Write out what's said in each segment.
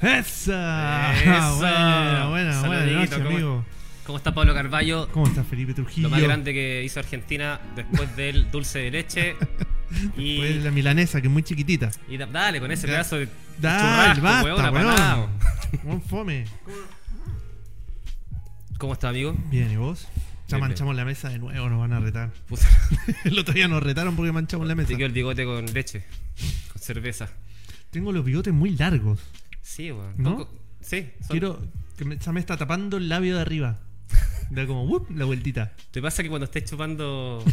¡Esa! Eso. Buena, buena, buena Saludito, noche, ¿cómo- amigo. ¿Cómo está Pablo Carballo? ¿Cómo estás, Felipe Trujillo? Lo más grande que hizo Argentina después del dulce de leche. Y, Pues la milanesa, que es muy chiquitita. y da- dale con ese Da- pedazo de Dale, churrasco, weón, basta, apanado. weón. Buen fome. ¿Cómo está, amigo? Bien, ¿y vos? Ya Bien, manchamos la mesa de nuevo, nos van a retar. Puta, El otro día nos retaron porque manchamos la mesa. te quedó el bigote con leche, con cerveza. Tengo los bigotes muy largos. Sí, weón. ¿No? Poco- Sí, son- Quiero que me, ya me está tapando el labio de arriba. Da como ¡wup! la vueltita. ¿Te pasa que cuando estés chupando,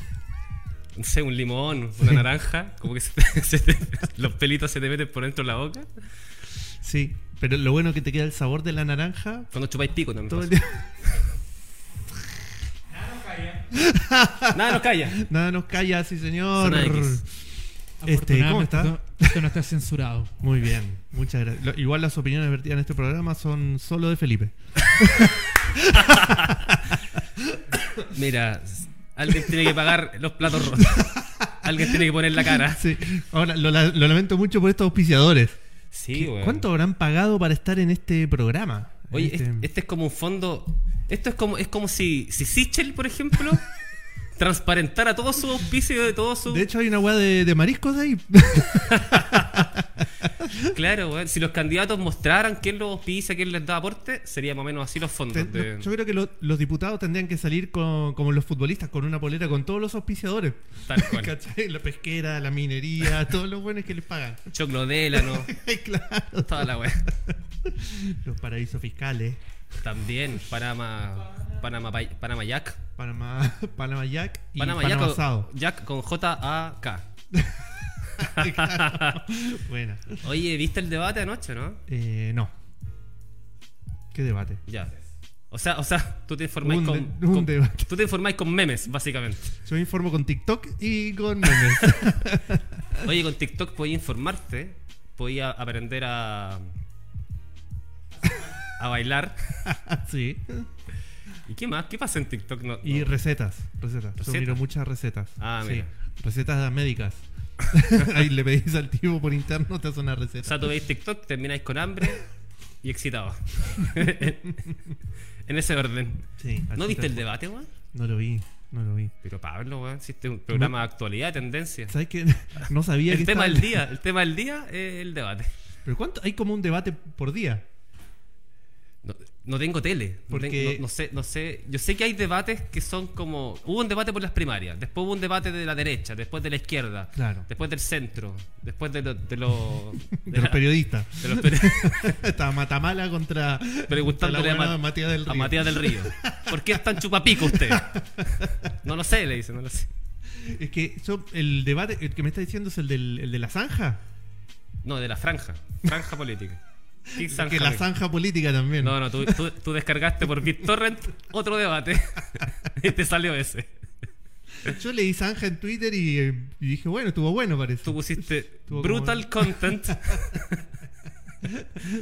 no sé, un limón, una naranja, como que se te- se te- los pelitos se te meten por dentro de la boca? Sí, pero lo bueno que te queda el sabor de la naranja Cuando chupáis pico también. todo el pasa. día. Nada nos calla. Nada nos calla, sí señor. Zona X. Este, ¿cómo Afortunadamente, está? Esto, esto no está censurado. Muy bien, muchas gracias. Lo- Igual las opiniones vertidas en este programa son solo de Felipe. Mira, alguien tiene que pagar los platos rotos. Alguien tiene que poner la cara. Sí. Ahora, lo, la- lo lamento mucho por estos auspiciadores. Sí, weón. ¿Cuánto habrán pagado para estar en este programa? En Oye, este- este... este es como un fondo. Esto es como, es como si, si Sichel, por ejemplo, transparentara todo su auspicio de todo su. De hecho, hay una weá de, de mariscos ahí. Claro, weón. Si los candidatos mostraran quién los auspicia, quién les da aporte, sería más o menos así los fondos. Ten- de- Yo creo que lo- los diputados tendrían que salir con, como los futbolistas, con una polera con todos los auspiciadores. Tal cual. ¿Cachai? La pesquera, la minería, todos los buenos que les pagan. Choclodélano, claro. toda la weá. Los paraísos fiscales. También, Panama. Panama, Pay- Panama Jack. Panamá, Panamá Jack y Panama, Panamá, Jack, con- Asado. Jack con J-A-K. Buena. Oye, ¿viste el debate anoche, no? Eh, no. ¿Qué debate? Ya. O sea, o sea, tú te informáis Un con, de- un con- debate. tú te informáis con memes, básicamente. Yo me informo con TikTok y con memes. Oye, con TikTok podías informarte, podías aprender a a bailar. Ah, sí. ¿Y qué más? ¿Qué pasa en TikTok? No, Y no. recetas. Recetas. Yo Recetas. miro muchas recetas. Ah, sí. mira. Recetas médicas. Ahí le pedís al tipo por interno, te hace una receta. O sea, tú veis TikTok, termináis con hambre y excitado. en ese orden. Sí, así ¿No tal viste el cual. debate, weón? No lo vi, no lo vi. Pero Pablo, weón, hiciste un programa de actualidad, tendencia. ¿Sabes qué? No sabía que El tema estaba- del día, el tema del día es el debate. ¿Pero cuánto? Hay como un debate por día. No, no tengo tele. no Porque- tengo- No, no sé, no sé. Yo sé que hay debates que son como. Hubo un debate por las primarias, después hubo un debate de la derecha, después de la izquierda, Claro. después del centro, después de, lo- de, lo- De los periodistas. de los peri- Estaba Matamala contra. Preguntándole contra a, la buena Ma- Matías del a Río. Matías del Río. ¿Por qué es tan chupapico usted? No lo sé, le dice, no lo sé. Es que yo, el debate el que me está diciendo es el, del, el de la zanja. No, de la franja. Franja política. ¿Qué zanja que la me- zanja política también. No, no, tú, tú- tú descargaste por BitTorrent otro debate. y te salió ese. Yo leí zanja en Twitter y, eh, y dije, bueno, estuvo bueno, parece. Tú pusiste Estuvo como- brutal content.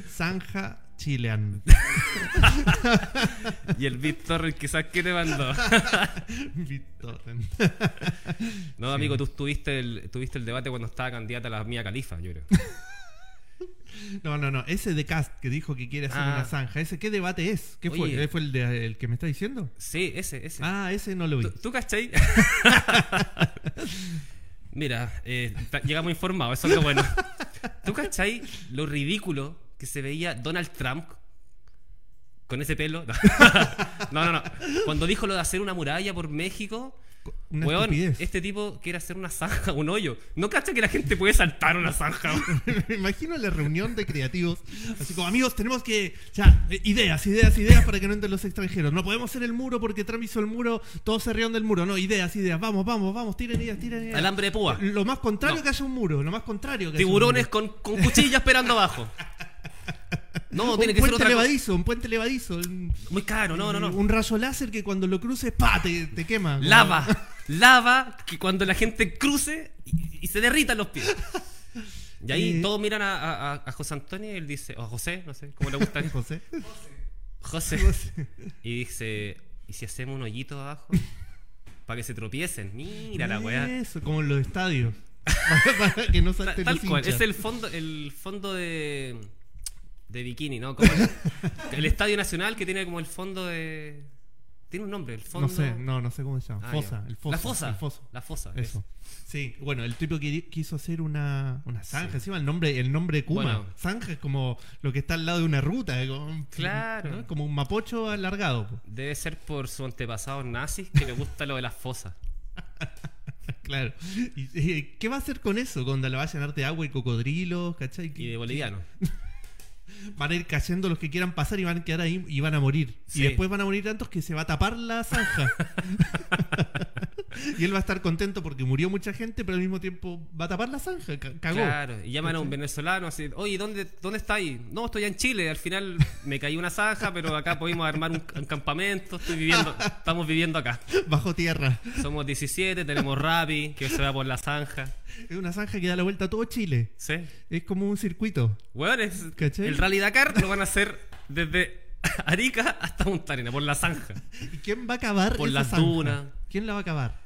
Zanja chilean. Y el BitTorrent quizás que te mandó. BitTorrent. No, amigo, tú tuviste el, tuviste el debate cuando estaba candidata a la mía califa, yo creo. No, no, no. Ese de Cast que dijo que quiere hacer Ah. una zanja. ¿Ese qué debate es? ¿Qué Oye. fue? ¿Fue el, de- el que me está diciendo? Sí, ese, ese. Ah, ese no lo vi. ¿Tú, tú cachai? Mira, eh, ta- llegamos informados, eso es lo bueno. ¿Tú cachai lo ridículo que se veía Donald Trump con ese pelo? No, no, no. Cuando dijo lo de hacer una muralla por México, Una weón, estupidez. este tipo quiere hacer una zanja, un hoyo. ¿No cacha que la gente puede saltar una zanja? weón? Me imagino la reunión de creativos. Así como, amigos, tenemos que. Ya, eh, ideas, ideas, ideas para que no entren los extranjeros. No podemos hacer el muro porque Trump hizo el muro. Todos se rieron del muro. No, ideas, ideas. Vamos, vamos, vamos. Tiren ideas, tiren ideas. Alambre de púa. Lo más contrario No. que haya un muro. Lo más contrario que haya un Tiburones muro. con, con cuchilla esperando abajo. No, Un tiene que ser puente otra cosa. levadizo, un puente levadizo. un- Muy caro, no, no, no. Un rayo láser que cuando lo cruces, pa, te, te quema. Como- Lava, lava, que cuando la gente cruce y, y se derritan los pies. Y ahí Eh. todos miran a, a- a- a José Antonio y él dice, o a José, no sé cómo le gusta. José. José. Y dice, ¿y si hacemos un hoyito abajo? Para que se tropiecen. Mira la weá. Eso, como en los estadios. para que no Ta- salten Tal los cual. hinchas. Es el fondo, el fondo de, de bikini, ¿no? Como el, el Estadio Nacional que tiene como el fondo de. Tiene un nombre, el fondo. No sé, no, no sé cómo se llama. Ah, fosa, ya. el foso, La fosa. El foso. La fosa. Eso. eso. Sí, bueno, el tipo que quiso hacer una, una zanja, Sí. encima el nombre, el nombre Kuma. Bueno. Zanja es como lo que está al lado de una ruta, eh, como- Claro. ¿no? como un mapocho alargado. po. Debe ser por sus antepasados nazis que le gusta lo de las fosas. Claro. Y, eh, ¿Qué va a hacer con eso? Cuando la va a llenar de agua y cocodrilos, ¿cachai? Y de boliviano. Van a ir cayendo los que quieran pasar y van a quedar ahí y van a morir. Sí. Y después van a morir tantos que se va a tapar la zanja. y él va a estar contento porque murió mucha gente, pero al mismo tiempo va a tapar la zanja. ca- Cagó. Claro. Y llaman a un venezolano así, oye, ¿dónde, ¿dónde está ahí? No, estoy en Chile. Al final me caí una zanja, pero acá pudimos armar un, un campamento. Estoy viviendo, estamos viviendo acá. Bajo tierra. Somos 17, tenemos Rappi, que se va por la zanja. Es una zanja que da la vuelta a todo Chile. ¿Sí? Es como un circuito. Bueno, es- ¿Cachai? el Rally Dakar lo van a hacer desde Arica hasta Punta Arenas, por la zanja. ¿Y quién va a acabar Por esa las zanja? dunas. ¿Quién la va a acabar?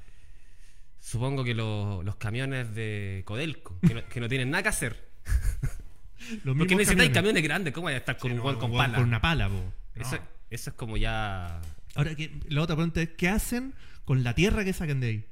Supongo que lo- los camiones de Codelco, que no, que no tienen nada que hacer. Los Porque mismos necesitáis camiones. camiones grandes, ¿cómo vaya a estar con un No, guan con guan pala? Con una pala, po. No. Eso, eso es como ya. Ahora, que, la otra pregunta es, ¿qué hacen con la tierra que sacan de ahí?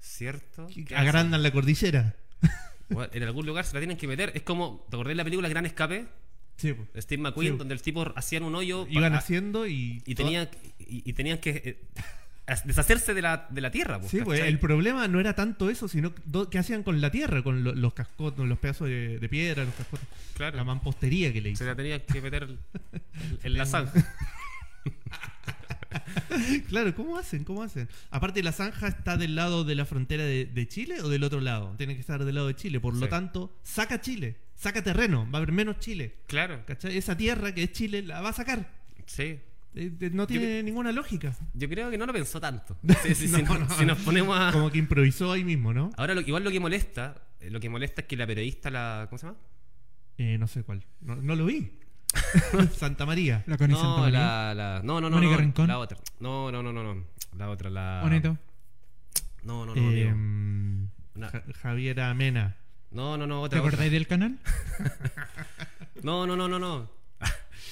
¿Cierto? ¿Qué Agrandan la cordillera. hacen? Bueno, en algún lugar se la tienen que meter. Es como, ¿te acordás de la película Gran Escape? Sí, po. De Steve McQueen, Sí. donde el tipo hacían un hoyo. Iban pa- haciendo y... Ah, y, tenían, y, y tenían que eh, as- deshacerse de la, de la tierra. po, Sí, pues ¿cachai? el problema no era tanto eso, sino do- qué hacían con la tierra, con lo- los cascotes, los pedazos de, de piedra, los cascotes, Claro. la mampostería que le Se hizo. la tenían que meter en- en la zanja. Claro, ¿cómo hacen? ¿Cómo hacen? Aparte, la zanja está del lado de la frontera de, de Chile o del otro lado. Tiene que estar del lado de Chile. Por lo Sí. tanto, saca Chile, saca terreno, va a haber menos Chile. Claro. ¿Cachai? Esa tierra que es Chile la va a sacar. Sí. Eh, eh, no tiene ninguna lógica. Yo creo que no lo pensó tanto. Sí, sí, si, No, no- no. si nos ponemos a. Como que improvisó ahí mismo, ¿no? Ahora, lo- igual lo que molesta, eh, lo que molesta es que la periodista, la, ¿cómo se llama? Eh, no sé cuál. No, no lo vi. Santa María. La Connie Santa no, ¿eh? María. la, la, no, no, no, Mónica no, Rincón. la otra. No, no, no, no, no, la otra, la. Bonito. No, no, no, amigo. Em, Una- Ja- Javiera Mena. no, no, no, ¿Te otra. otra. acordáis del canal? No, no, no, no, no.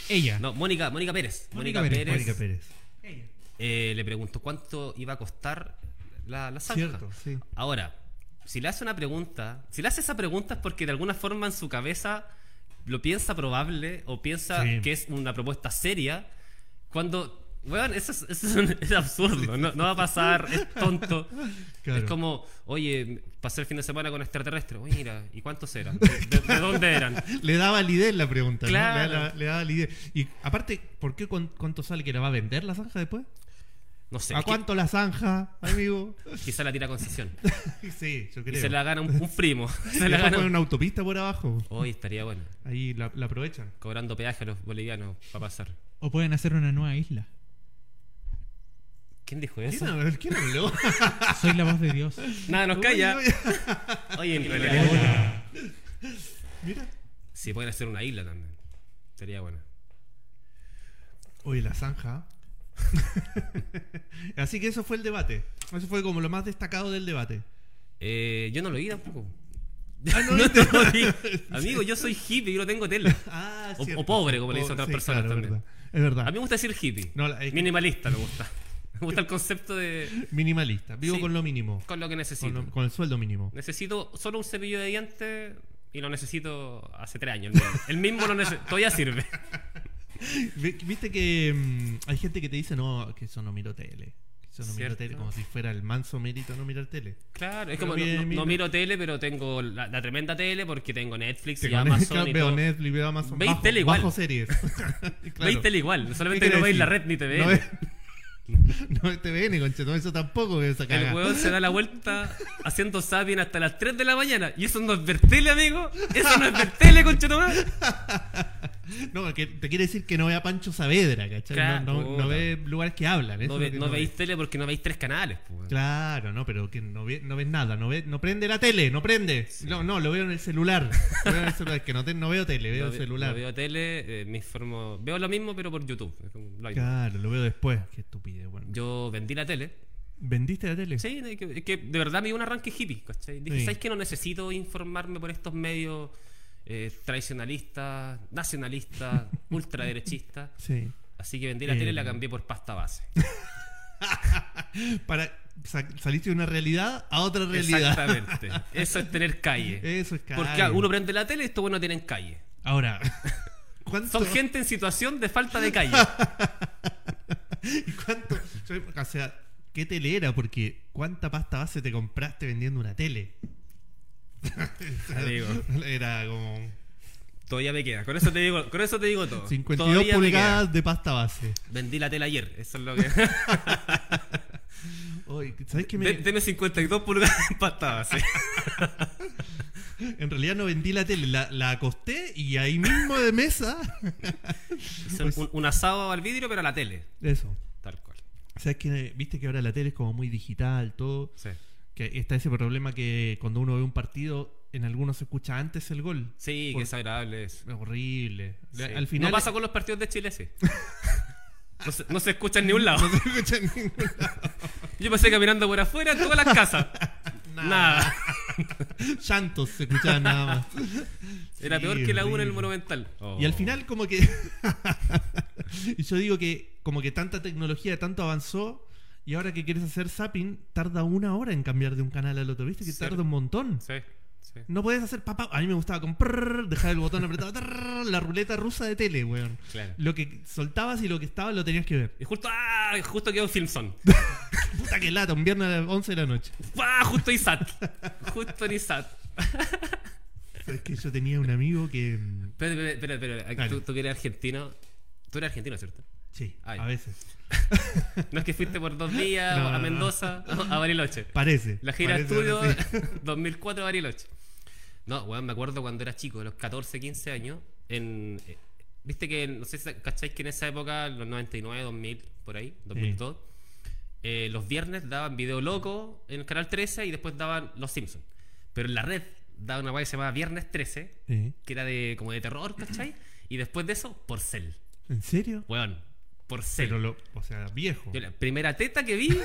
Ella. No, Mónica, Mónica Pérez. Mónica Mónica Pérez. Pérez, Mónica Pérez. Ella. eh, le preguntó cuánto iba a costar la, la zanja. Cierto, sí. Ahora, si le hace una pregunta, si le hace esa pregunta es porque de alguna forma en su cabeza lo piensa probable o piensa Sí. que es una propuesta seria, cuando, weón, eso es, eso es un- es absurdo, no, no va a pasar, es tonto. Claro. Es como, oye, pasé el fin de semana con extraterrestres, oye, mira, ¿y cuántos eran? ¿De, de dónde eran? Le da validez la pregunta, ¿no? Claro. Le, da, la- le da validez. Y aparte, ¿por qué cuán- cuánto sale que la va a vender la zanja después? No sé, ¿A es que cuánto la zanja, amigo? quizá la tira a concesión. sí, yo Y creo. se la gana un, un primo. Y Se la después gana ponen un- una autopista por abajo. Hoy estaría bueno, Ahí la, la aprovechan. cobrando peaje a los bolivianos para pasar. O pueden hacer una nueva isla. ¿Quién dijo ¿Quién, eso? hab- quién habló? Soy la voz de Dios. Nada, nos calla. Oye, en realidad. Mira. Si pueden hacer una isla también. Sería bueno. Oye, la zanja. Así que eso fue el debate. Eso fue como lo más destacado del debate. Eh, yo no lo vi tampoco. Ah, no, lo vi. Amigo, yo soy hippie, yo no tengo tela. Ah, O- cierto. o pobre, como le dicen otras personas claro, también. Es verdad. A Es verdad. mí me gusta decir hippie. No, la- es- Minimalista me gusta. Me gusta el concepto de. Minimalista. Vivo Sí. con lo mínimo. con lo que Con, necesito. lo- con el sueldo mínimo. Necesito solo un cepillo de dientes y lo necesito hace tres años. El mismo, el mismo lo necesito. Todavía sirve. Vi- Viste que mm, hay gente que te dice, no, que eso no miro tele. Que eso no miro Cierto. tele. Como si fuera el manso mérito no mirar tele. Claro, es Pero como no, bien, no- no mira. miro tele, pero tengo la, la tremenda tele porque tengo Netflix y Con- Amazon y veo todo. Netflix, veo Amazon. Veis bajo, tele igual. bajo series. Claro. Veis tele igual, solamente ¿Qué que no querés veis la decir? red ni te No ve- No ve TVN, conche, no, eso tampoco veo esa El cagada. huevón se da la vuelta haciendo zapping hasta las 3 de la mañana. Y eso no es ver tele, amigo. Eso no es ver tele, conchetumar. No, que te quiere decir que no vea Pancho Saavedra, ¿cachai? Claro, no, no- no puta. ve lugares que hablan. eso No, es ve- lo que no ve. veis tele porque no veis tres canales. po, weón. Claro, no, pero que no, ve- no ves nada, no, ve, no prende la tele, no prende. No, no, lo veo en el celular. Lo veo en el celular, es que no, te- no veo tele, veo No el ve- celular. no veo tele, eh, me informo. Veo lo mismo, pero por YouTube. es como lo mismo. Claro, lo veo después. Qué estupidez, bueno. Yo vendí la tele. ¿Vendiste la tele? Sí, es que, es que de verdad me dio un arranque hippie. ¿cachai? Dije, Sí. ¿sabes qué? No necesito informarme por estos medios eh, tradicionalista, nacionalista, ultraderechista. Sí. Así que vendí la tele y la Eh. cambié por pasta base. Para, sa- saliste de una realidad a otra realidad. Eh, Exactamente. Eso es tener calle. Eso es caro. Porque ah, uno prende la tele y estos buenos tienen calle. Ahora, ¿Cuánto, Son gente en situación de falta de calle. cuánto- o sea, ¿qué tele era? Porque ¿cuánta pasta base te compraste vendiendo una tele? Amigo, Era como todavía me queda. Con eso te digo, con eso te digo todo. 52 Todavía me queda. pulgadas de pasta base. Vendí la tele ayer. Eso es lo que. Oye, ¿Sabes qué? Me- De- Deme 52 pulgadas en pasta base. En realidad no vendí la tele, la, la acosté y ahí mismo de mesa. Hice Pues un, un asado al vidrio, pero a la tele. Eso. Tal cual. ¿Sabes que Viste que ahora la tele es como muy digital, todo. Sí. Que está ese problema que cuando uno ve un partido, en algunos se escucha antes el gol. Sí, Por- que es agradable eso. Es horrible. Sí. Al final. No pasa con los partidos de Chile, sí. No se, no se escucha en ningún lado. se escucha en ningún lado. Yo pasé caminando por afuera en todas las casas. Nada. Llantos se escuchaban nada más. Era Sí, peor que la 1 en el horrible. Monumental. Oh. Y al final como que... y yo digo que como que tanta tecnología, tanto avanzó, y ahora que quieres hacer zapping, tarda una hora en cambiar de un canal al otro, ¿viste? Que Cierto. tarda un montón. Sí, sí. No puedes hacer papá. A mí me gustaba con prrr, dejar el botón apretado, tarrr, la ruleta rusa de tele, weón. Claro. Lo que soltabas y lo que estaba lo tenías que ver. Y justo, ¡ah! Justo quedó Filmson. Puta que lata, un viernes a las 11 de la noche. ¡Ah! Justo Isat. Justo en Isat. Es que yo tenía un amigo que... mm, Espera, espera, espera. espera. Dale. Tú, tú que eres argentino. Tú eres argentino, ¿cierto? Sí, Ay. a veces. No es que fuiste por dos días No, no, a no. Mendoza, a Bariloche. Parece. La gira parece, estudio ahora sí. 2004 Bariloche. No, weón, me acuerdo cuando era chico, de los 14, 15 años. En, eh, Viste que, no sé si cacháis que en esa época, los 99, 2000, por ahí, 2002, eh, los viernes daban Video Loco en el canal 13 y después daban Los Simpsons. Pero en la red daban una weá que se llamaba Viernes 13, Sí. que era de como de terror, ¿cachai? Y después de eso, Porcel. ¿En serio? Weón, Porcel. Pero lo, o sea, viejo. Yo la primera teta que vi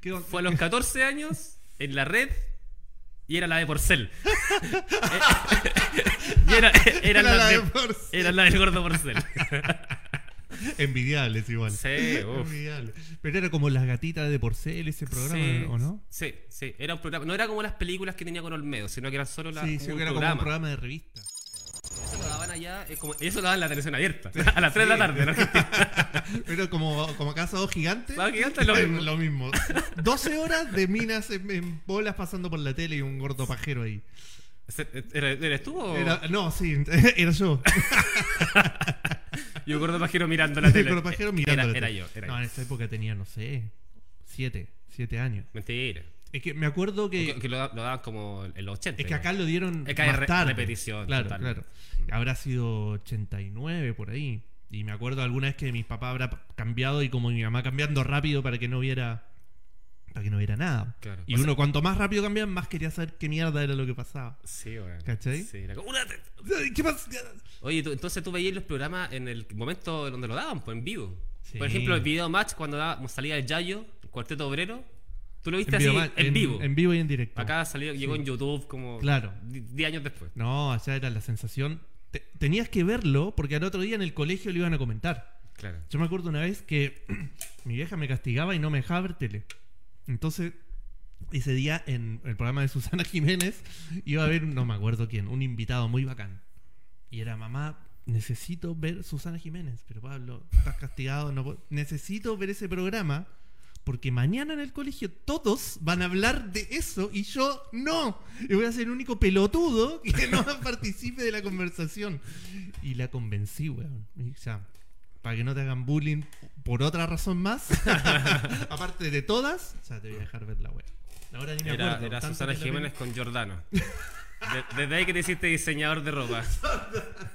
¿Qué onda? Fue a los 14 años en la red y era la de Porcel. y era, era la, de- Force. era la del gordo Porcel. Envidiables igual. Sí, uff. Envidiables. Pero era como las gatitas de Porcel ese programa, Sí, ¿o no? Sí, sí. Era un programa. No era como las películas que tenía con Olmedo, sino que eran solo la, sí, un sí, que era como un programa. programa de revista. Eso lo daban allá, es como- eso lo daban en la televisión abierta. A las 3 de la tarde en Argentina. Pero como, como Casa Dos Gigantes. Los gigantes lo mismo. 12 horas de minas en, en bolas pasando por la tele y un gordo pajero ahí. eh, ¿Era- ¿Eres tú o.? Era- no, sí, era yo. Yo gordo pajero mirando la tele. El gordo pajero mirando Era, la era tele. yo. Era no, eh. yo. en esa época tenía, no sé, 7, 7 años. Mentira. Es que me acuerdo Que, que lo, da- lo daban como en los 80. Es que acá lo dieron Es que hay más re- tarde. repetición, Claro, total. Mm. claro. Habrá sido 89 por ahí. Y me acuerdo alguna vez que mi papá habrá cambiado y como mi mamá cambiando rápido para que no viera para que no viera nada. Claro. Y O sea- uno cuanto más rápido cambiaban, más quería saber qué mierda era lo que pasaba. Sí, weón. ¿Cachai? Sí, era como una teta. Ay, ¿Qué pasa? Oye, tú- entonces tú veías los programas en el momento donde lo daban, pues en vivo. Sí. Por ejemplo, el video match cuando daba- salía el Yayo, el cuarteto obrero, tú lo viste así Videomatch, en, vivo. En vivo y en directo. Acá salió, llegó en YouTube como Claro. 10 años después. No, allá era la sensación. Te- tenías que verlo porque al otro día en el colegio lo iban a comentar. Claro. Yo me acuerdo una vez que mi vieja me castigaba y no me dejaba ver tele. Entonces, ese día en el programa de Susana Jiménez iba a haber, no me acuerdo quién, un invitado muy bacán. Y era, mamá, necesito ver Susana Jiménez. Pero Pablo, estás castigado, no puedo- necesito ver ese programa. Porque mañana en el colegio todos van a hablar de eso y yo no. Y voy a ser el único pelotudo que no participe de la conversación. Y la convencí, weón. Y, o sea, para que no te hagan bullying por otra razón más, aparte de todas, o sea, te voy a dejar ver la weón. Ahora ni me Era, acuerdo. era tanto Susana que la Jiménez con Giordano. De- desde ahí que te hiciste diseñador de ropa.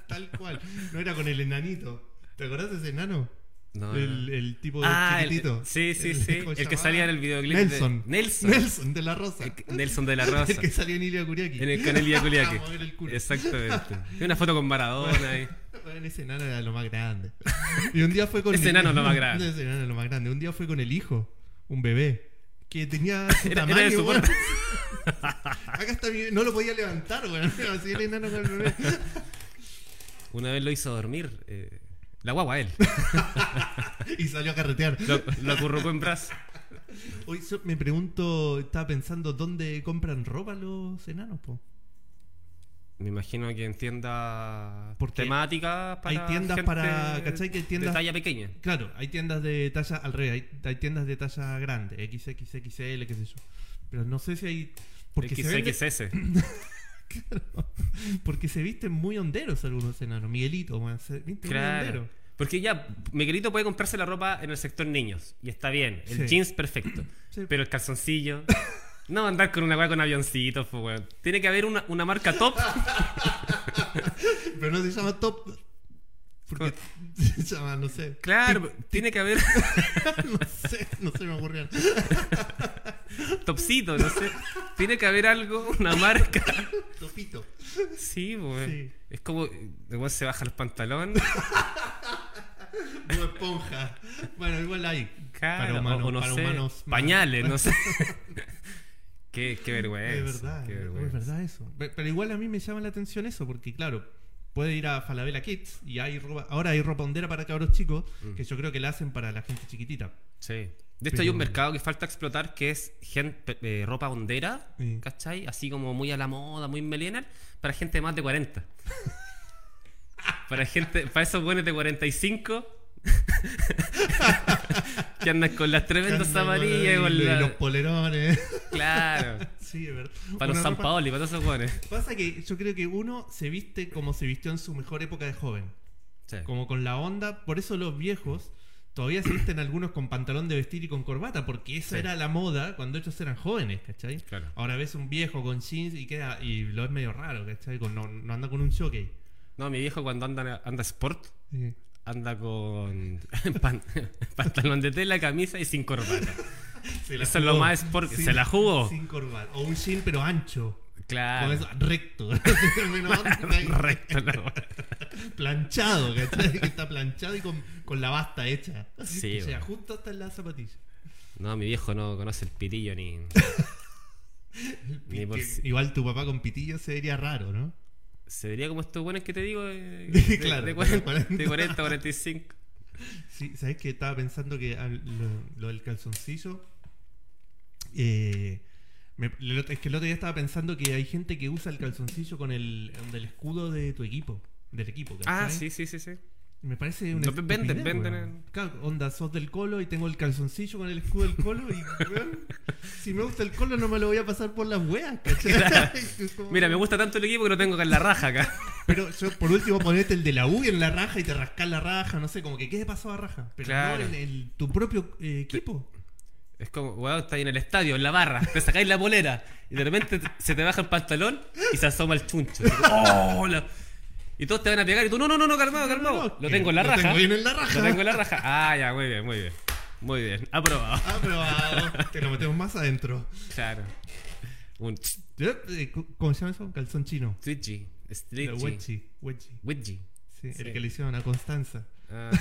Tal cual. No era con el enanito. ¿Te acordás de ese enano? No, el, no. el tipo Ah, el- chiquitito. sí, sí, El- sí. ¿cómo se El que llamaba? salía en el videoclip de- Nelson. Nelson. Nelson de la Rosa. El que- Nelson de la Rosa. El que salió en Ilio Curiaki. En el canal Iaculiaque. A mover el culo. Exactamente. Tiene una foto con Maradona ahí. Bueno, ese enano era lo más grande. Y un día fue con. Ese el- enano es lo más grande. Ese enano es lo más grande. Un día fue con el hijo, un bebé, que tenía su Era- era tamaño. de su bueno. Acá está mi- No lo podía levantar, weón. Así el enano con el bebé. Una vez lo hizo dormir. eh, la guagua él. Y salió a carretear. Lo, lo acurrucó en brazos. Hoy so- me pregunto, estaba pensando, ¿dónde compran ropa los enanos, po? Me imagino que en tiendas Porque temáticas para hay tiendas gente para- ¿cachai? Que hay tiendas- de talla pequeña. Claro, hay tiendas de talla al revés, hay, hay tiendas de talla grande, XXXL, qué sé yo. Pero no sé si hay. Porque, se, venden- XXS. porque se visten muy honderos algunos enanos. Miguelito, weón, se viste muy Claro. hondero. Porque ya, Miguelito puede comprarse la ropa en el sector niños. Y está bien. El Sí. jeans, perfecto. Sí. Pero el calzoncillo. No va a andar con una weá con avioncitos, po, weón. Tiene que haber una, una marca top. Pero no se llama top. Porque se llama, no sé. Claro, tiene que haber no sé, no se me ocurrió. topsito, no sé. Tiene que haber algo, una marca. Topito. Sí, po, weón. Sí. Es como, eh, weón se baja el pantalón. Como esponja. Bueno, igual hay. Claro, para humanos, o no para sé, humanos. pañales, no sé. qué, qué vergüenza. Es verdad, qué es vergüenza. verdad eso. Pe- Pero igual a mí me llama la atención eso, porque claro, puede ir a Falabella Kids y hay ropa, ahora hay ropa hondera para cabros chicos, que yo creo que la hacen para la gente chiquitita. Sí. De hecho, hay Pero- un mercado que falta explotar que es gen- pe- eh, ropa hondera, Sí. ¿cachai? Así como muy a la moda, muy millennial, para gente de más de 40. para gente, para esos buenos de 45 que andan con las tremendas Anda, igual, amarillas y y con la- los polerones. Claro. sí, es verdad. Para los Una San ropa- Paoli, para todos esos buenos. Pasa que yo creo que uno se viste como se vistió en su mejor época de joven. Sí. Como con la onda, por eso los viejos todavía se visten algunos con pantalón de vestir y con corbata, porque esa Sí. era la moda cuando ellos eran jóvenes, ¿cachai? Claro. Ahora ves un viejo con jeans y queda y lo es medio raro, ¿cachai? Con- no, no anda con un choque. No, mi viejo cuando anda, anda sport, anda con pan- pantalón de tela, camisa y sin corbata. Se Eso es lo jugó. más porque Sin- se la jugó. Ah. Sin corbata. O un jean pero ancho. Claro. Con eso, recto. Menos onda, Recto, la- planchado, ¿cachai? Que está planchado y con, con la basta hecha. Sí, o sea, bueno. justo hasta en la zapatilla. No, mi viejo no conoce el pitillo ni. ni por Que si- Igual tu papá con pitillo se vería raro, ¿no? Se vería como estos buenos que te digo. eh, Sí, De, claro, de 40, de 40. de 40, 45. Sí, ¿sabes que Estaba pensando que al- lo, lo del calzoncillo. eh, me- el otro- es que el otro día estaba pensando que hay gente que usa el calzoncillo con el del escudo de tu equipo. Del equipo, Ah, ¿cachai? sí, sí, sí. sí. Me parece una. No, venden, estupidez, venden weón. en- Claro, onda, sos del colo y tengo el calzoncillo con el escudo del colo y, weón, si me gusta el colo no me lo voy a pasar por las weas, ¿cachai? Es como- Mira, me gusta tanto el equipo que lo tengo acá en la raja acá. Pero yo, por último, ponete el de la U en la raja y te rascas la raja, no sé, como que quede pasado a raja. Pero Claro. no en el- tu propio eh, equipo. Es como, weón, está ahí en el estadio, en la barra. Te sacáis la polera y de repente se te baja el pantalón y se asoma el chuncho. Así como, ¡Oh! la- Y todos te van a pegar y tú, no, no, no, no, calmado, calmado. No, no, no, lo que tengo en la lo raja. tengo bien en la raja. Lo tengo en la raja. Ah, ya, muy bien, muy bien. Muy bien, aprobado. Ah, pero ah, te lo metemos más adentro. Claro. Un Eh, ¿Cómo se llama eso? Calzón chino. twitchy, street La Wechi. Wechi. Wedgie. Sí, Sí. El que le hicieron a Constanza. Ah,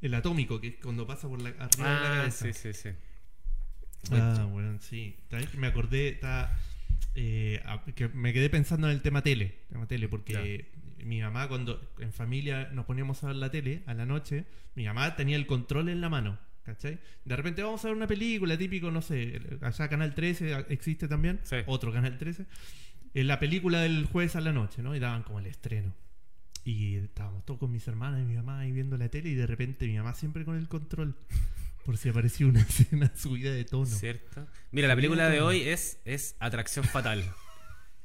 El atómico, que es cuando pasa por la, arriba de la ah, cabeza. sí, sí, sí. Ah, bueno, sí. Sabes que Me acordé, está, eh, a- que me quedé pensando en el tema tele, tema tele porque mi mamá cuando en familia nos poníamos a ver la tele a la noche, mi mamá tenía el control en la mano, ¿cachai? De repente vamos a ver una película, típico, no sé, el- allá Canal 13 a- existe también, Sí. otro Canal 13, eh, la película del jueves a la noche, ¿no? Y daban como el estreno. Y estábamos todos con mis hermanas y mi mamá ahí viendo la tele y de repente mi mamá siempre con el control. Por si aparecía una escena subida de tono. ¿Cierto? Mira, la película de hoy es, es Atracción Fatal.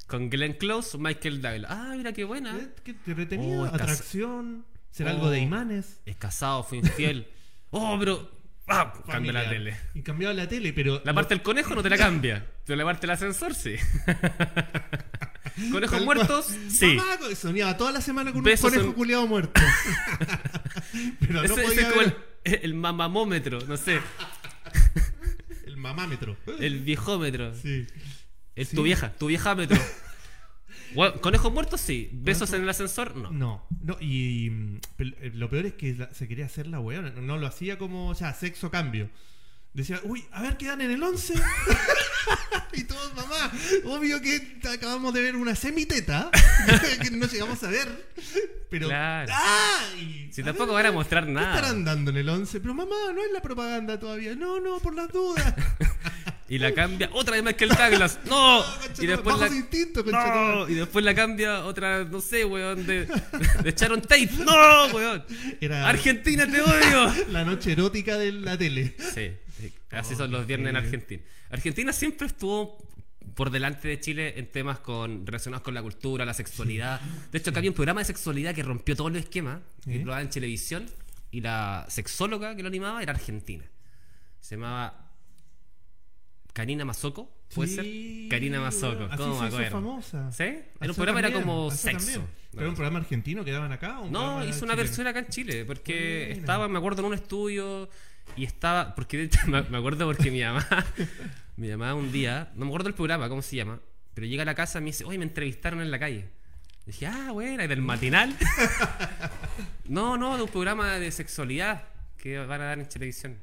Con Glenn Close, Michael Douglas. Ah, mira qué buena. ¿Qué- ¿Qué te retenía? Oh, estás- ¿Atracción? ¿Será Oh. algo de imanes? Es casado, fue infiel. Oh, pero. ¡Ah! Cambia la Familiar. tele. Y cambiaba la tele, pero. La parte del conejo no te la cambia, pero la parte del ascensor sí. Tal Conejos cual. muertos, sí. Mamá, co- soñaba toda la semana con Besos un conejo en- culiado muerto. pero no Ese, ese podía es como el, ver el mamamómetro, no sé, el... mamámetro. el viejómetro. Sí. Es Sí. tu vieja, tu viejámetro. Bueno, conejos muertos sí, besos en el ascensor no. No, no, y mm, pel- eh, lo peor es que la- se quería hacer la weona. No, no lo hacía como ya, sexo cambio. Decía, uy, a ver, quedan en el 11. y todos, mamá, obvio que t- acabamos de ver una semiteta que no llegamos a ver. Pero. Claro. ¡Ay! Si A tampoco ver, van a mostrar ¿Qué estarán nada. dando en el 11? Pero mamá, no es la propaganda todavía. No, no, por las dudas. Y la cambia otra vez Michael Douglas. ¡No! Conchetumare, Y después bajo la, su instinto, conchetumare. ¡No! Y después la cambia otra, no sé, weón, de, de Sharon Tate. ¡No, weón! Era ¡Argentina, te odio! la noche erótica de la tele. Sí, sí, así Oh, son los qué viernes en heavy. Argentina. Argentina siempre estuvo por delante de Chile en temas con, relacionados con la cultura, la sexualidad. De hecho, acá había un programa de sexualidad que rompió todos los esquemas, que ¿Eh? lo daban en televisión, y la sexóloga que lo animaba era argentina. Se llamaba Karina Mazoco, ¿puede Sí, ser? Karina Mazoco, así ¿cómo se me hizo acuerdo? famosa. ¿Sí? Era Acá un programa era también, como acá sexo. también. No, ¿Era un programa argentino que daban acá? o un no, programa hizo una chileno? versión acá en Chile, porque Buena. estaba, me acuerdo, en un estudio y estaba, porque de hecho, me me acuerdo porque mi mamá, mi mamá un día, no me acuerdo el programa, cómo se llama, pero llega a la casa y me dice, oye, me entrevistaron en la calle. Y dije, ah, bueno, ¿y del matinal. no, no, de un programa de sexualidad que van a dar en televisión.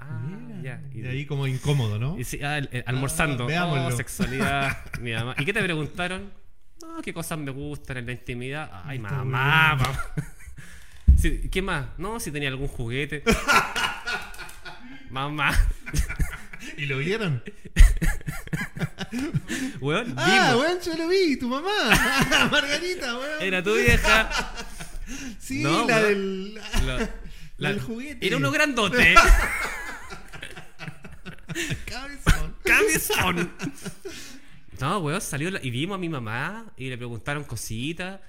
Ah, Mira, ya. Y, De ahí como incómodo, ¿no? y sí, ah, el- el- almorzando. Ah, veámoslo. Oh, sexualidad. mi mamá. ¿Y qué te preguntaron? No, qué cosas me gustan en la intimidad. Ay, Está mamá, bien. mamá. Sí, ¿Qué más? No, si tenía algún juguete. mamá. ¿Y lo vieron? Weón, Ah, vimos. weón, yo lo vi, tu mamá. Margarita, weón. Era tu vieja. Sí, No, la weón. del. Lo- La del juguete. Era uno grandote. Cabezón. ¡Cabezón! No, weón, salió la- y vimos a mi mamá y le preguntaron cositas.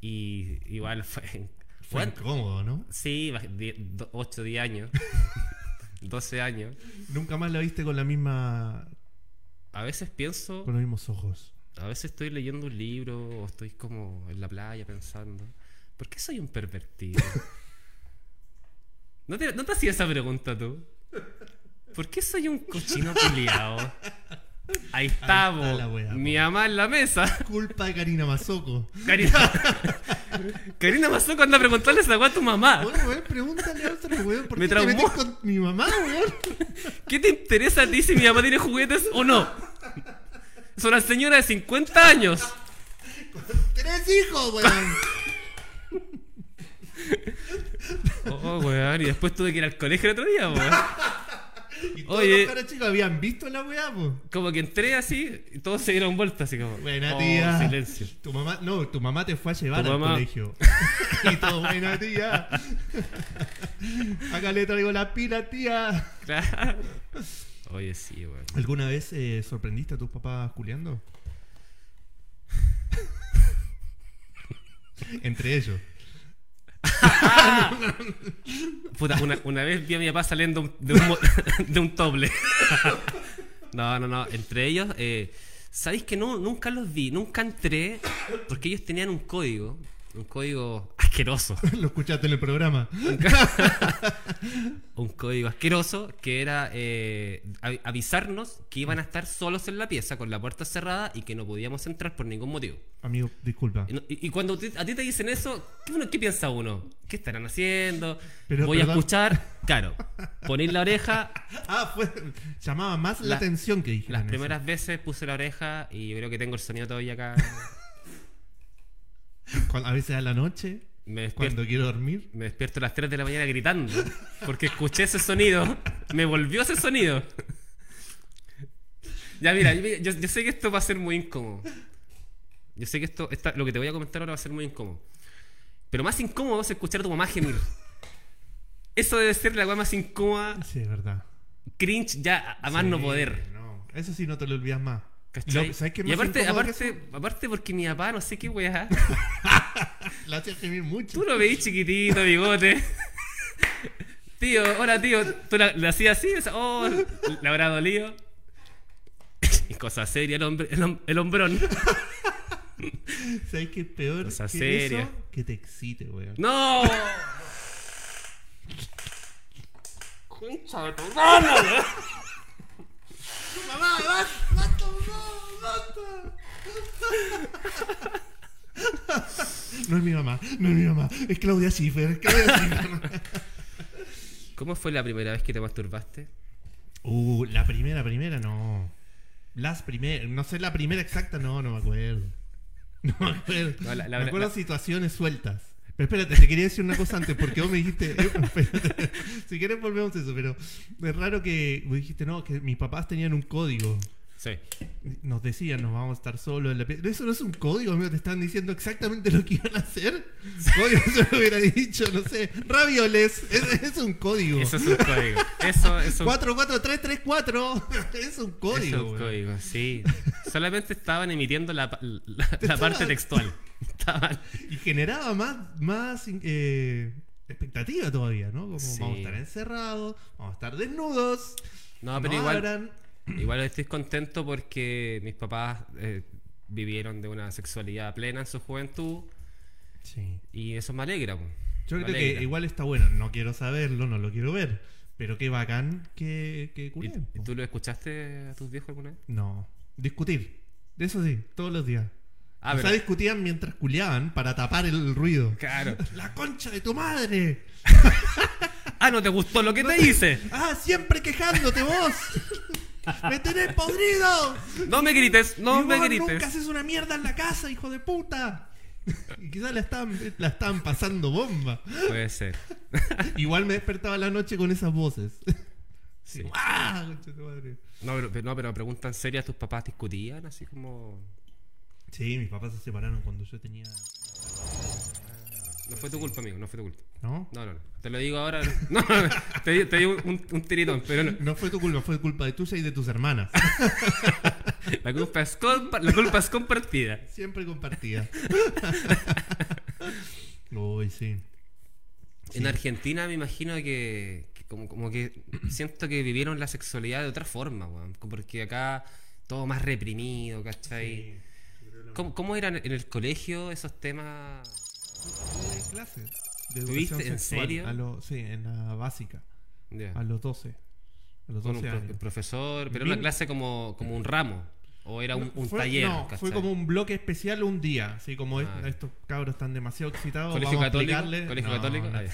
Y igual fue. Fue weón, incómodo, ¿no? Sí, 8, 10 años. 12 años. Nunca más la viste con la misma. A veces pienso, con los mismos ojos. a veces estoy leyendo un libro o estoy como en la playa pensando, ¿por qué soy un pervertido? ¿No te, no te hacías esa pregunta tú? ¿Por qué soy un cochino culiao? Ahí está, Ahí está bo. la wea, mi mamá en la mesa. Culpa de Karina Mazoco. Karina, Karina Mazoco anda a preguntarle esa weá a tu mamá. Bueno, weón, pregúntale a otro weón. ¿Por Me qué te traumó. metes con mi mamá, weón? ¿Qué te interesa a ti si mi mamá tiene juguetes o no? Es una señora de 50 años. Tres hijos, weón. Oh, weón, y después tuve que ir al colegio el otro día, weón. Y todos Oye. los caras chicos habían visto la weá, po. Como que entré así y todos se dieron vuelta, así como. Buena oh, tía. Silencio. Tu mamá, no, tu mamá te fue a llevar Tu al mamá. colegio. y todo, buena tía. Acá le traigo la pila, tía. Claro. Oye, sí, weón. ¿Alguna vez eh, sorprendiste a tus papás culeando? Entre ellos. Puta, una, una vez vi a mi papá saliendo un- de un, mo- de un toble. No, no, no. Entre ellos, eh, ¿sabéis que no, nunca los vi? Nunca entré porque ellos tenían un código. Un código asqueroso. Lo escuchaste en el programa. un código asqueroso que era eh, a- avisarnos que iban a estar solos en la pieza con la puerta cerrada y que no podíamos entrar por ningún motivo. Amigo, disculpa. Y, no- y- y cuando te- a ti te dicen eso, ¿qué, uno- qué piensa uno? ¿Qué estarán haciendo? Pero, Voy a perdón. escuchar. Claro, poner la oreja. Ah, fue. Llamaba más la, La- atención que dije. Las primeras veces puse la oreja y yo creo que tengo el sonido todavía acá. A veces a la noche, Me despierto, cuando quiero dormir. me despierto a las 3 de la mañana gritando porque escuché ese sonido. Me volvió ese sonido. Ya, mira, yo, yo- yo sé que esto va a ser muy incómodo. Yo sé que esto, esta- lo que te voy a comentar ahora va a ser muy incómodo. Pero más incómodo es escuchar a tu mamá gemir. Eso debe ser la weá más incómoda, Sí, es verdad. cringe ya a- a más Sí, no poder. no. Eso sí no te lo olvidas más. ¿cachai? Lo- ¿sabes qué es y más aparte, incómodo que eso? aparte, aparte porque mi papá, no sé qué weá. La hacía gemir mucho. Tú lo veís chiquitito, bigote. Tío, hola tío, tú la, la hacías así, esa- oh, le habrá dolido. Y cosa seria el, hombre, el, hom- el hombrón. ¿Sabes qué es peor Cosa que seria. eso? Que te excite, weón. ¡No! ¡Mamá, basta, basta, basta! No es mi mamá, no es mi mamá. Es Claudia Schiffer, es Claudia Schiffer. ¿Cómo fue la primera vez que te masturbaste? Uh, la primera, primera, no. Las primeras, no sé la primera exacta, no, no me acuerdo. No me acuerdo. No, la- la- me acuerdo la- situaciones sueltas. Pero espérate, te quería decir una cosa antes, porque vos me dijiste, eh, espérate, si querés volvemos a eso, pero es raro que vos dijiste, no, que mis papás tenían un código. Sí. Nos decían, nos vamos a estar solos en la pieza. Eso no es un código, amigo, te están diciendo exactamente lo que iban a hacer. Código, se lo hubiera dicho, no sé. Ravioles, es, es un código. Eso es un código. Eso es un 44334 es un código. Eso es un güey. código, sí. Solamente estaban emitiendo la, pa- la- la Estaban- parte textual. Estaban- Y generaba más, más eh, expectativa todavía, ¿no? Como Sí. vamos a estar encerrados, vamos a estar desnudos. No, Ah, pero igual, abran. igual estoy contento porque mis papás eh, vivieron de una sexualidad plena en su juventud Sí. y eso me alegra. po. Yo Me creo alegra. que igual está bueno. No quiero saberlo, no lo quiero ver. Pero qué bacán que, que ¿Y, culen, y po. tú lo escuchaste a tus viejos alguna vez? No. Discutir. De eso sí, todos los días. Ah, o sea, pero- discutían mientras culeaban para tapar el ruido. Claro. ¡La concha de tu madre! Ah, ¿no te gustó lo que te hice? ¡Ah, siempre quejándote vos! ¡Me tenés podrido! No me grites, no Y me vos grites. Nunca haces una mierda en la casa, hijo de puta. Y quizás la estaban, la estaban pasando bomba. Puede ser. Igual me despertaba a la noche con esas voces. Sí. ¡Ah! concha de tu madre. No, pero, pero- no, pero pregunta en serio, ¿tus papás discutían así como... Sí, mis papás se separaron cuando yo tenía. No fue tu culpa, amigo, no fue tu culpa. ¿No? No, no, no. Te lo digo ahora. No, no, no. Te, di- te di un, un tiritón, pero no. No fue tu culpa, fue culpa de tuya y de tus hermanas. La culpa es, compa- la culpa es compartida. Siempre compartida. Uy, sí. En Argentina me imagino que, que como, como que siento que vivieron la sexualidad de otra forma, weón. Porque acá todo más reprimido, ¿cachai? ¿Cómo, cómo eran en el colegio esos temas? Tuve clases de ¿Tuviste? educación ¿En sexual serio? a los- sí, en la básica. Ya. A los 12. A los Con un 12 pro- años. profesor, pero Bien. una clase como, como un ramo. O era un, un fue, taller, no, ¿cachai? fue como un bloque especial un día. Así como es- Ah. estos cabros están demasiado excitados. ¿Colegio vamos a católico? explicarles- ¿Colegio No, católico? no. Ah,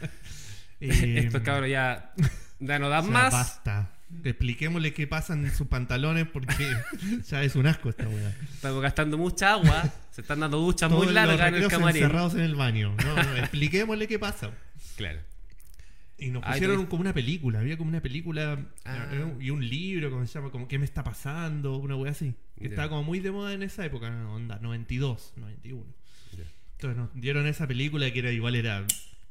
ya. Eh, Estos cabros ya, ya no o dan sea, más. Basta. Expliquémosle qué pasa en sus pantalones porque ya es un asco esta weá. Estamos gastando mucha agua. Se están dando duchas Todos muy los largas en el recreos camarín. encerrados en el baño. No, no, expliquémosle qué pasa. Claro. Y nos Ay, pusieron pero- como una película, había como una película Ah. eh, y un libro, como se llama, como ¿Qué me está pasando? Una wea así. Que Ya. estaba como muy de moda en esa época, ¿no? onda, 92, 91. Ya. Entonces nos dieron esa película que era igual era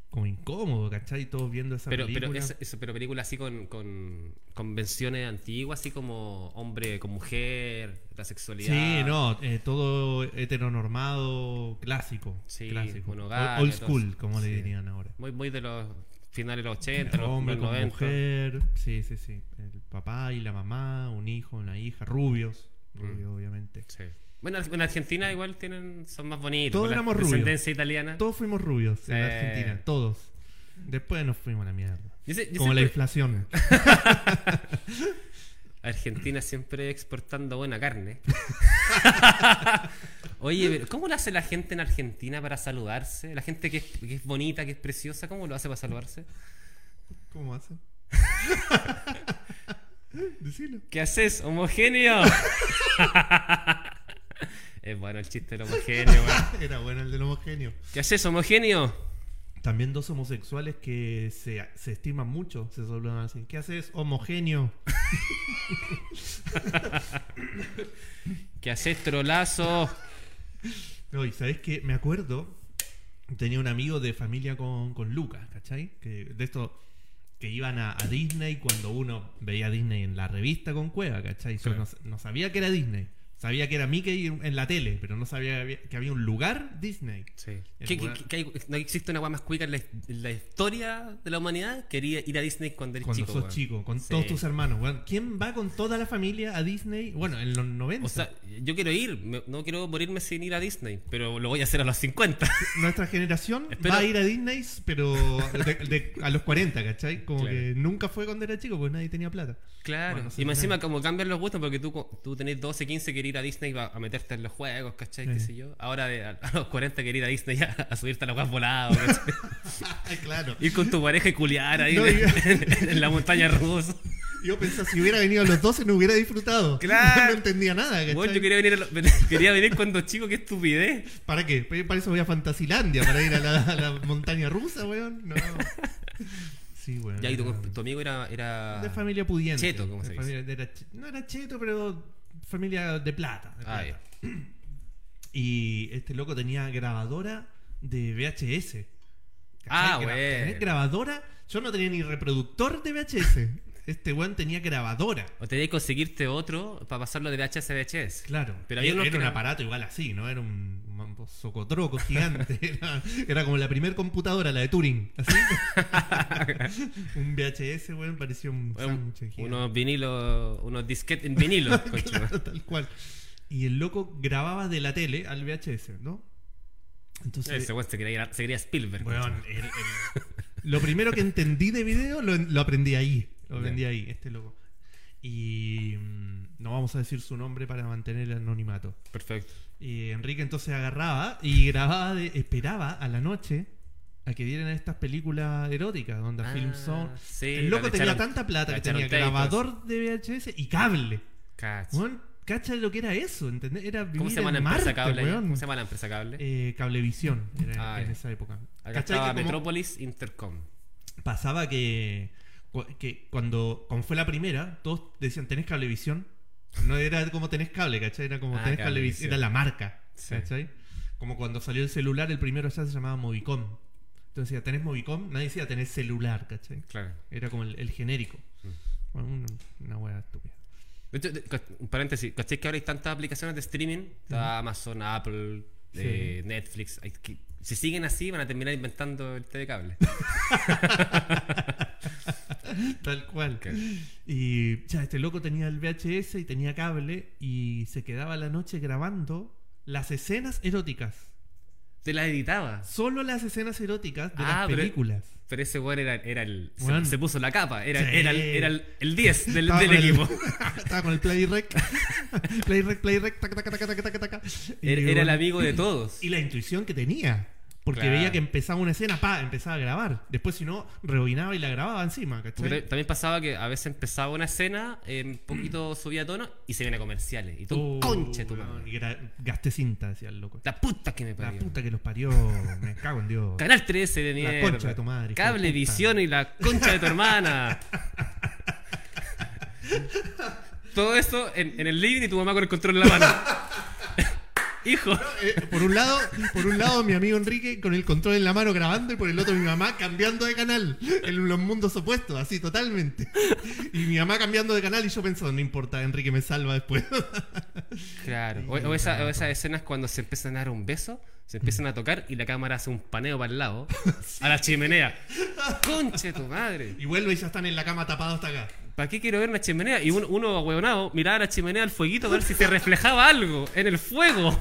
como incómodo, ¿cachai? Todos viendo esa Pero, película. pero, esa- esa- pero película así con, con convenciones antiguas, así como hombre con mujer, la sexualidad. Sí, no, eh, todo heteronormado clásico. Sí, clásico. monogamia, Old todo school, eso. como le Sí. dirían ahora. Muy, muy de los finales de los 80, los, Hombre los con 90. mujer, sí, sí, sí. El papá y la mamá, un hijo, una hija, rubios, Mm. rubios obviamente. Sí. Bueno, en Argentina igual tienen, son más bonitos. Todos con la éramos rubios. descendencia italiana. Todos fuimos rubios en Eh. Argentina, todos. Después nos fuimos a la mierda. Yo sé- yo Como la siempre- inflación. Argentina siempre exportando buena carne. Oye, pero ¿cómo lo hace la gente en Argentina para saludarse? La gente que es, que es bonita, que es preciosa, ¿cómo lo hace para saludarse? ¿Cómo hacen? Decilo. ¿Qué haces, homogéneo? es bueno el chiste del homogéneo, weón. Era bueno el del homogéneo. ¿Qué haces, homogéneo? También dos homosexuales que se, se estiman mucho, se saludan así. ¿Qué haces, homogéneo? ¿Qué haces, trolazo? No, y sabes que me acuerdo, tenía un amigo de familia con, con Lucas, ¿cachai? Que, de estos que iban a, a Disney cuando uno veía Disney en la revista con Cueva, ¿cachai? Yo Claro. no, sa- no sabía que era Disney. Sabía que era Mickey en en la tele, pero no sabía que había, que había un lugar Disney. Sí. El ¿Qué- qué- weón. qué- qué hay- ¿No existe una guay más cuica en la, en la historia de la humanidad? Quería ir a Disney cuando eres Cuando chico. sos weón. chico, con Sí. todos tus hermanos. weón. ¿Quién va con toda la familia a Disney? Bueno, en los 90. O sea, yo quiero ir, me- no quiero morirme sin ir a Disney, pero lo voy a hacer a los 50. Nuestra generación Espero- va a ir a Disney, pero de- de- a los 40, ¿cachai? Como Claro. que nunca fue cuando era chico, porque nadie tenía plata. Claro. Bueno, y sí, más encima claro. como cambian los gustos porque tú, co- tú tenés 12, 15 que querer ir a Disney va a meterte en los juegos, ¿cachai? ¿Qué Sí. sé yo? Ahora de- a, a los 40 querer ir a Disney a, a subirte a los weas volados, ¿cachai? claro. ir con tu pareja y culiar ahí No, en, yo- en- en la montaña rusa. Yo pensaba, si hubiera venido a los 12 no hubiera disfrutado. Claro. No entendía nada, ¿cachai? Bueno, yo quería venir, a lo- quería venir cuando chico, qué estupidez. ¿Para qué? Pa- Para eso voy a Fantasilandia, para ir a la, a la montaña rusa, weón. No. Sí, weón. Ya, y era- tu, tu amigo era, era... De familia pudiente. Cheto, ¿cómo De se dice? familia- era ch- no era cheto, pero familia de plata. de Ah, plata. ya. Y este loco tenía grabadora de VHS. Ah, ¿Cachai? Gra- bueno. tenés Grabadora. Yo no tenía ni reproductor de VHS. Este weón tenía grabadora. O tenías que conseguirte otro para pasarlo de VHS a VHS. Claro. Pero Pero había era, unos que un eran- aparato igual así, ¿no? Era un, un socotroco gigante. Era, era como la primer computadora, la de Turing. Así. un VHS, weón, parecía un Bueno, sándwich gigante. unos vinilos, unos disquetes en vinilo. concha. Claro, tal cual. Y el loco grababa de la tele al VHS, ¿no? Entonces, Ese weón se quería, ir a- se quería Spielberg. Weón, concha. el- el- lo primero que entendí de video lo, lo aprendí ahí. Lo aprendí ahí, este loco. Y mm, no vamos a decir su nombre para mantener el anonimato. Perfecto. Y Enrique entonces agarraba y grababa, de- esperaba a la noche a que dieran estas películas eróticas, donde Ah, Film Zone. sí, el loco la tenía echaron- tanta plata la que echaron tenía tapes. grabador de VHS y cable. Cacha. Weón, cacha lo que era eso, ¿entendés? Era vivir ¿Cómo se llama en la empresa Marte, cable? allá? weón. ¿Cómo se llama la empresa cable? Eh, Cablevisión era Ah, en ya. esa época. Acá ¿Cachai estaba que como Metrópolis Intercom. pasaba que, cu- que cuando, cuando fue la primera, todos decían, ¿tenés cablevisión? No era como tenés cable, ¿cachai? Era como Ah, tenés cablevisión, Cablevisión. era la marca, Sí. ¿cachai? Como cuando salió el celular, el primero allá se llamaba Movicom. Entonces decía, ¿tenés Movicom? Nadie decía, ¿tenés celular, ¿cachai? Claro. Era como el, el genérico. Mm. Bueno, un- una hueá estúpida. De hecho, de- ca- un paréntesis, ¿cachai que ahora hay tantas aplicaciones de streaming? Está Amazon, Apple, eh, Netflix. hay que- si siguen así, van a terminar inventando el TV cable. Tal cual. Ok. Y ya, este loco tenía el VHS y tenía cable y se quedaba la noche grabando las escenas eróticas. Te las editaba. Solo las escenas eróticas de Ah, las pero- películas. Pero ese weón era, era el. se- Weón. Se, puso la capa. Era, Sí. era, el- era el, el 10 del, Estaba del con el- equipo. Estaba con el play rec. play rec, play rec, tac, tac, tac, tac, tac, tac, tac. Y, Era, era el bueno, amigo de todos. y la intuición que tenía. Porque Claro. veía que empezaba una escena, pa, empezaba a grabar. Después, si no, rebobinaba y la grababa encima, Porque ¿cachai? ta- también pasaba que a veces empezaba una escena, eh, un poquito subía de tono y se viene a comerciales. Y tú, Oh, conche tu weón, madre. y gra- Gasté cinta, decía el loco. La puta que me La parió. puta que los parió, me cago en Dios. Canal 13 de La mierda. concha de tu madre, hijo de Cable puta. Visión y la concha de tu hermana. Todo esto en, en el living y tu mamá con el control en la mano. Hijo. Eh, por un lado, por un lado mi amigo Enrique con el control en la mano grabando y por el otro mi mamá cambiando de canal en los mundos opuestos, así totalmente. Y mi mamá cambiando de canal y yo pensando, no importa, Enrique me salva después. Claro. O, o esa- o esas escenas cuando se empiezan a dar un beso, se empiezan a tocar y la cámara hace un paneo para el lado, a la chimenea. Conche tu madre. Y vuelve y ya están en la cama tapados hasta acá. ¿Para qué quiero ver una chimenea? Y uno, uno ahueonado, miraba la chimenea al fueguito a ver si se reflejaba algo en el fuego.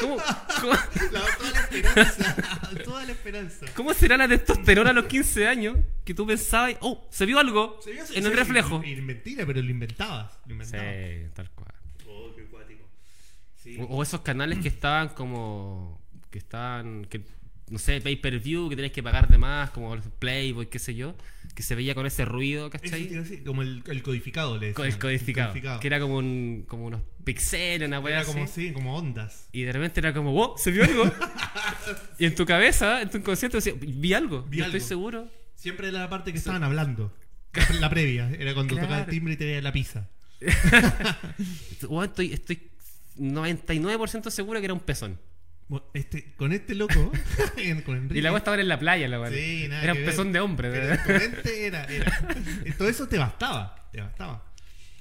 ¿Cómo, cómo, La- toda la esperanza, toda la esperanza. cómo será la testosterona a los 15 años que tú pensabas, y, oh, se vio algo Se vio así, en sí, el reflejo? y- y mentira, pero lo inventabas. Lo Sí, Oh, inventabas. tal cual. Oh, qué cuático. Sí. O, o esos canales que estaban como. que estaban. que no sé, pay per view, que tenés que pagar de más, como el Playboy, qué sé yo, que se veía con ese ruido, Eso te ¿cachai? iba a decir, como el, el codificado, le Con decían. el codificado, Que Que era, era como, un, como unos pixeles, una weá. como, así. sí, como ondas. Y de repente era como, wow, se vio algo. y en tu cabeza, en tu inconsciente, decías, vi algo. Vi yo estoy algo. seguro. Siempre era la parte que estaban hablando. La- La previa, era cuando Claro. tocaba el timbre y te veía la pizza. Wow, estoy, estoy 99% seguro que era un pezón. Bueno, Este, con este loco, en- con Enrique. Y la weá estaba en la playa, la weá. Sí, nada Era que un ver. pezón de hombre. Pero en tu mente era, era. eh, Todo eso te bastaba. Te bastaba.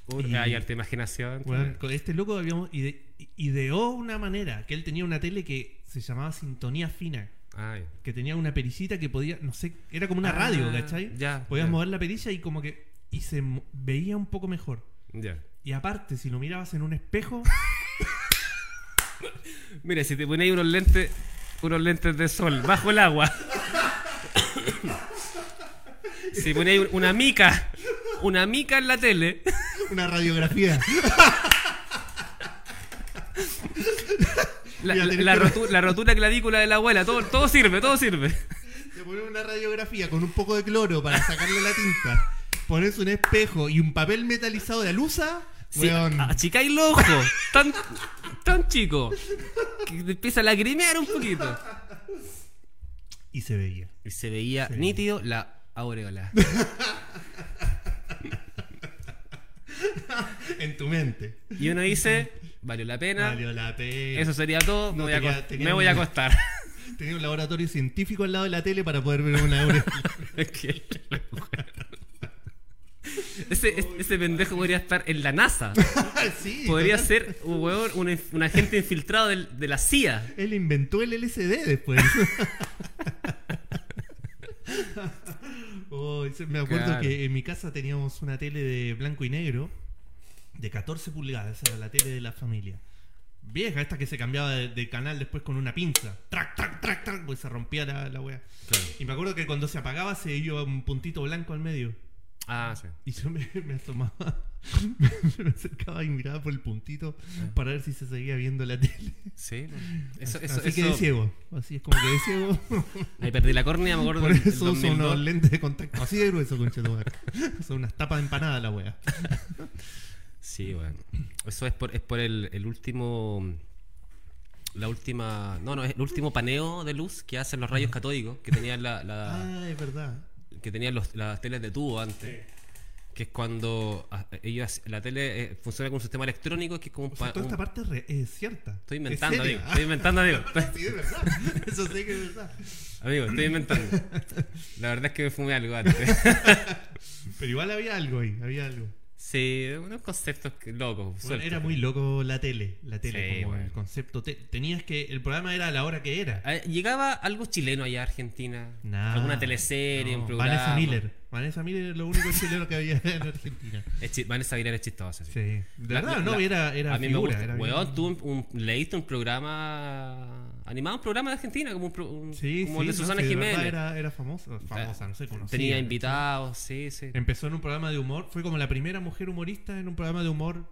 Uy, Y- Ay, harta imaginación. Bueno, con este loco habíamos ide- ideó una manera que él tenía una tele que se llamaba Sintonía Fina. Ay. que tenía una perillita que podía, no sé, era como una Ah, radio, ¿cachai? ya, Podías ya. mover la perilla y como que y se mo- veía un poco mejor. Ya. Y aparte, si lo mirabas en un espejo, Mira, si te ponéis unos lentes, unos lentes de sol bajo el agua. si ponéis un- una mica, una mica en la tele. una radiografía. La, Ya, la- tenés la que- rotu- la rotura clavícula de la abuela, todo, todo sirve, todo sirve. Le pones una radiografía con un poco de cloro para sacarle la tinta. Pones un espejo y un papel metalizado de alusa. Sí, ah, weón. achicáis los ojos, tan, tan chico, que te empieza a lagrimear un poquito. Y se veía. Y se veía Sí. nítido la aureola. En tu mente. Y uno dice, valió la pena, Valió la pena. Ah. eso sería todo, me No, voy a tenía- acos- tenía me voy a un- acostar. Tenía un laboratorio científico al lado de la tele para poder ver una aureola. Qué bueno. Ese, es- ese pendejo podría estar en la NASA. sí. Podría total. ser un, huevón, un, inf- un agente infiltrado del- de la CIA. Él inventó el LCD después. Oh, se- me acuerdo Claro. que en mi casa teníamos una tele de blanco y negro de 14 pulgadas, esa era la tele de la familia. Vieja, esta que se cambiaba de, de canal después con una pinza. Trac, trac, trac, trac, pues se rompía la, la wea. Y me acuerdo que cuando se apagaba se iba un puntito blanco al medio. Ah, sí. Y yo me, me asomaba, me acercaba y miraba por el puntito para ver si se seguía viendo la tele. Sí. Eso, eso, Así que eso- de ciego. Así es como que de ciego. Ahí perdí la córnea, me acuerdo. Por del- del eso uso 2002. unos lentes de contacto. Así de grueso, conchetumare. Son unas tapas de empanada la wea. Sí, bueno. Eso es por, es por el, el último. La última. No, no, es el último paneo de luz que hacen los rayos catódicos que tenían, la, la- Ah, es verdad. que tenían los- las teles de tubo antes. Que es cuando ah, ellos. La tele eh, funciona con un sistema electrónico que es como un. O sea, pa- toda un- esta parte es, re- es cierta. Estoy Es inventando, seria. amigo. Estoy inventando, amigo. Estoy- Sí, es verdad. Eso sé que es verdad. amigo, estoy inventando. La verdad es que me fumé algo antes. Pero igual había algo ahí, había algo. Sí, unos conceptos que- locos. Bueno, sueltos. era muy loco la tele, la tele Sí, como bueno. el concepto. Te- tenías que el programa era a la hora que era. Ah, ¿Llegaba algo chileno allá a Argentina? Nah, ¿Alguna teleserie? no. un programa? Vanessa Miller. Vanessa Miller es lo único chileno que había en Argentina. Es chi- Vanessa Miller es chistosa. Sí. Sí. De La- verdad, la- no, la- era, era a mí figura, me era gusta. bien- Weón, tú un, un- leíste un programa animado, un programa de Argentina, como, un pro- un- Sí, como sí, el de no, Susana sí, de verdad Jiménez. Era, era famosa, famosa, no sé, conocida. Tenía invitados, sí, sí. Empezó en un programa de humor, fue como la primera mujer humorista en un programa de humor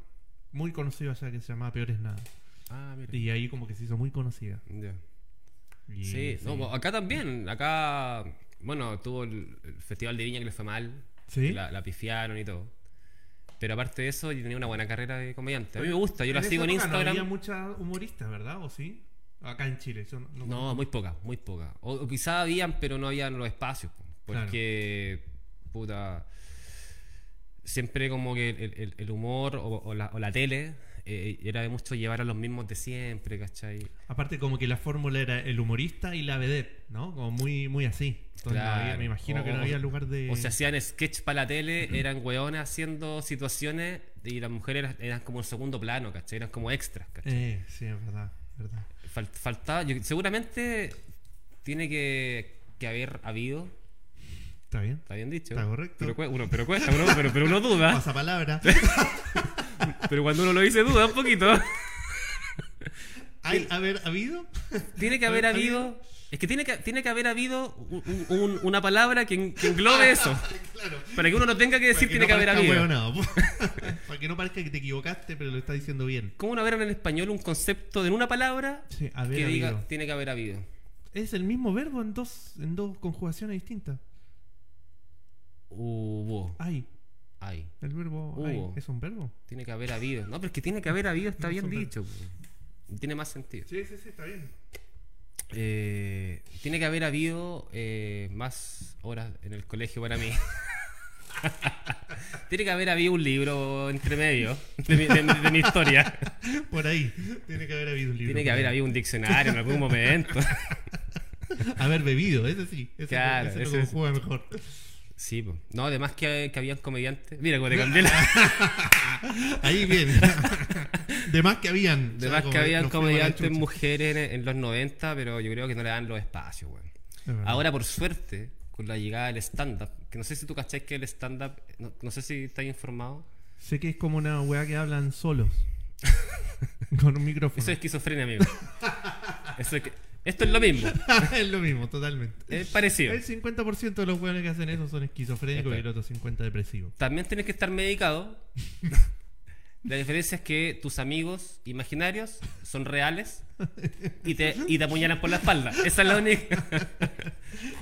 muy conocido allá que se llamaba Peores Nada. Ah, mira. Y ahí como que se hizo muy conocida. Ya. Y- Sí, no, bo- acá también. Acá, bueno, tuvo el, el Festival de Viña que le fue mal. ¿Sí? que La, la pifiaron y todo. Pero aparte de eso, yo tenía una buena carrera de comediante. A mí me gusta, yo la esa sigo en época No Instagram. había mucha humorista, ¿verdad? ¿O sí? Acá en Chile. yo no, no- No, muy poca, muy poca. O, o quizá habían, pero no habían los espacios. po. Claro. Porque, puta, siempre como que el, el- el humor o, o la, o la tele eh, era de mucho llevar a los mismos de siempre, ¿cachai? Aparte como que la fórmula era el humorista y la vedette, ¿no? Como muy, muy así. Entonces, no había- Claro. me imagino O- que no o- había lugar de... O se hacían sketch para la tele, eran weones haciendo situaciones y las mujeres eran, eran como en segundo plano, ¿cachai? Eran como extras, ¿cachai? Eh, sí, es verdad, es verdad. Fal- faltaba, yo- seguramente tiene que, que haber habido, ¿Está bien? está bien dicho. Está correcto. Pero, cue- uno, pero cuesta, uno- pero, pero uno duda. Pasa palabra. Pero cuando uno lo dice duda un poquito. ¿Hay haber habido? Tiene que haber ¿Está habido. Es que tiene que, tiene que haber habido un- un- un- una palabra que, en- que englobe eso. claro. Para que uno no tenga que decir tiene que haber parezca habido. hueonado, po. Para que no parezca que te equivocaste, pero lo estás diciendo bien. ¿Cómo no haber en español un concepto de una palabra Sí, haber que diga habido. tiene que haber habido? Es el mismo verbo en dos, en dos conjugaciones distintas. Hubo. Hay. Ay. El verbo hay. Hubo. ¿Es un verbo? Tiene que haber habido. No, pero es que tiene que haber habido, está No, bien son ver- dicho. po. Tiene más sentido. Sí, sí, sí, está bien. Eh, tiene que haber habido eh, más horas en el colegio para mí. tiene que haber habido un libro entre medio de mi, de mi- de mi historia. Por ahí. Tiene que haber habido un libro. tiene que haber habido un diccionario en algún momento. Haber bebido, ese sí. Ese, Claro, ese ese lo es- conjuga mejor. sí, po. no, además que, que habían comediantes. Mira, como te cambié la. Ahí bien. De más que habían. De Ya, más como que habían nos fuimos a la comediantes chucha. mujeres en, en los 90, pero yo creo que no le dan los espacios, weón. Es verdad. Ahora, por suerte, con la llegada del stand-up, que no sé si tú cacháis que el stand-up, no, no sé si estás informado. Sé que es como una weá que hablan solos. Con un micrófono. Eso es esquizofrenia, amigo. Eso es que- esto es lo mismo. es lo mismo, totalmente. Es parecido. El 50% de los weones que hacen eso son esquizofrénicos Esto. y el otro 50% depresivos. También tienes que estar medicado. La diferencia es que tus amigos imaginarios son reales y te, y te apuñalan por la espalda. Esa es la única.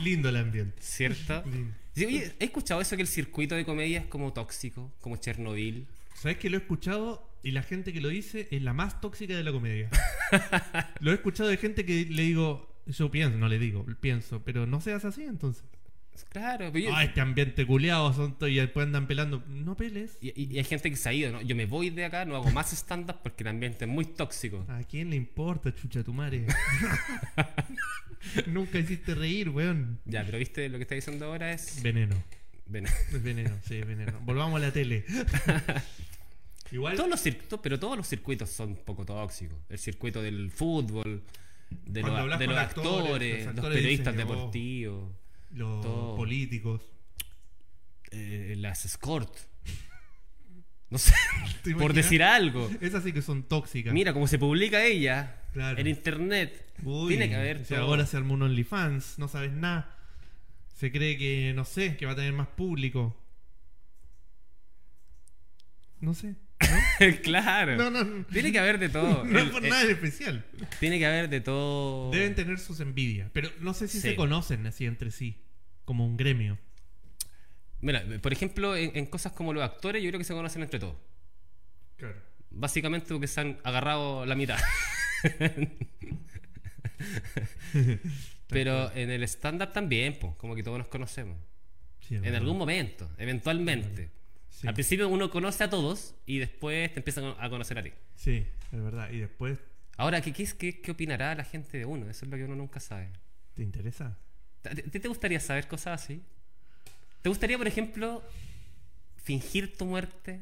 Lindo el ambiente. ¿Cierto? Lindo. Sí, oye, he escuchado eso que el circuito de comedia es como tóxico, como Chernobyl. ¿Sabes que lo he escuchado? Y la gente que lo dice es la más tóxica de la comedia. lo he escuchado de gente que le digo, yo pienso, no le digo, pienso, pero no seas así entonces. Claro, pero yo- Ah, este ambiente culeado, son to- y después andan pelando. No peles. y, y- y hay gente que se ha ido, ¿no? Yo me voy de acá, no hago más stand-up porque el ambiente es muy tóxico. ¿A quién le importa, chucha tu madre? Nunca hiciste reír, weón. Ya, pero viste lo que está diciendo ahora es. Veneno. Ven. Es veneno, sí, es veneno. Volvamos a la tele. Igual. Todos los circuitos, pero todos los circuitos son un poco tóxicos. El circuito del fútbol, de Cuando los, hablas de con los actores, actores, los los, actores periodistas dicen que, oh, deportivos, Los Todo. políticos. eh, las escort. No sé, ¿Te por imaginas? decir algo. Esas sí que son tóxicas. Mira cómo se publica ella Claro. en internet. Uy, Tiene que haber. o sea, todo. ahora se armó un OnlyFans, no sabes nada. Se cree que, no sé, que va a tener más público. No sé. claro. No, no, no. Tiene que haber de todo. No es El- por el- eh, nada en especial. tiene que haber de todo. Deben tener sus envidias, pero no sé si Sí. se conocen así entre sí, como un gremio. Mira, por ejemplo, en, en cosas como los actores, yo creo que se conocen entre todos. Claro. Básicamente porque se han agarrado la mitad. Pero en el stand-up también, po, como que todos nos conocemos. En algún momento, eventualmente. Sí. Al principio uno conoce a todos y después te empiezan a conocer a ti. Sí, es verdad. Y después, Ahora, ¿qué, qué, es- qué- qué opinará la gente de uno? Eso es lo que uno nunca sabe. ¿te interesa? ¿A ti- a ti te gustaría saber cosas así? ¿Te gustaría, por ejemplo, fingir tu muerte?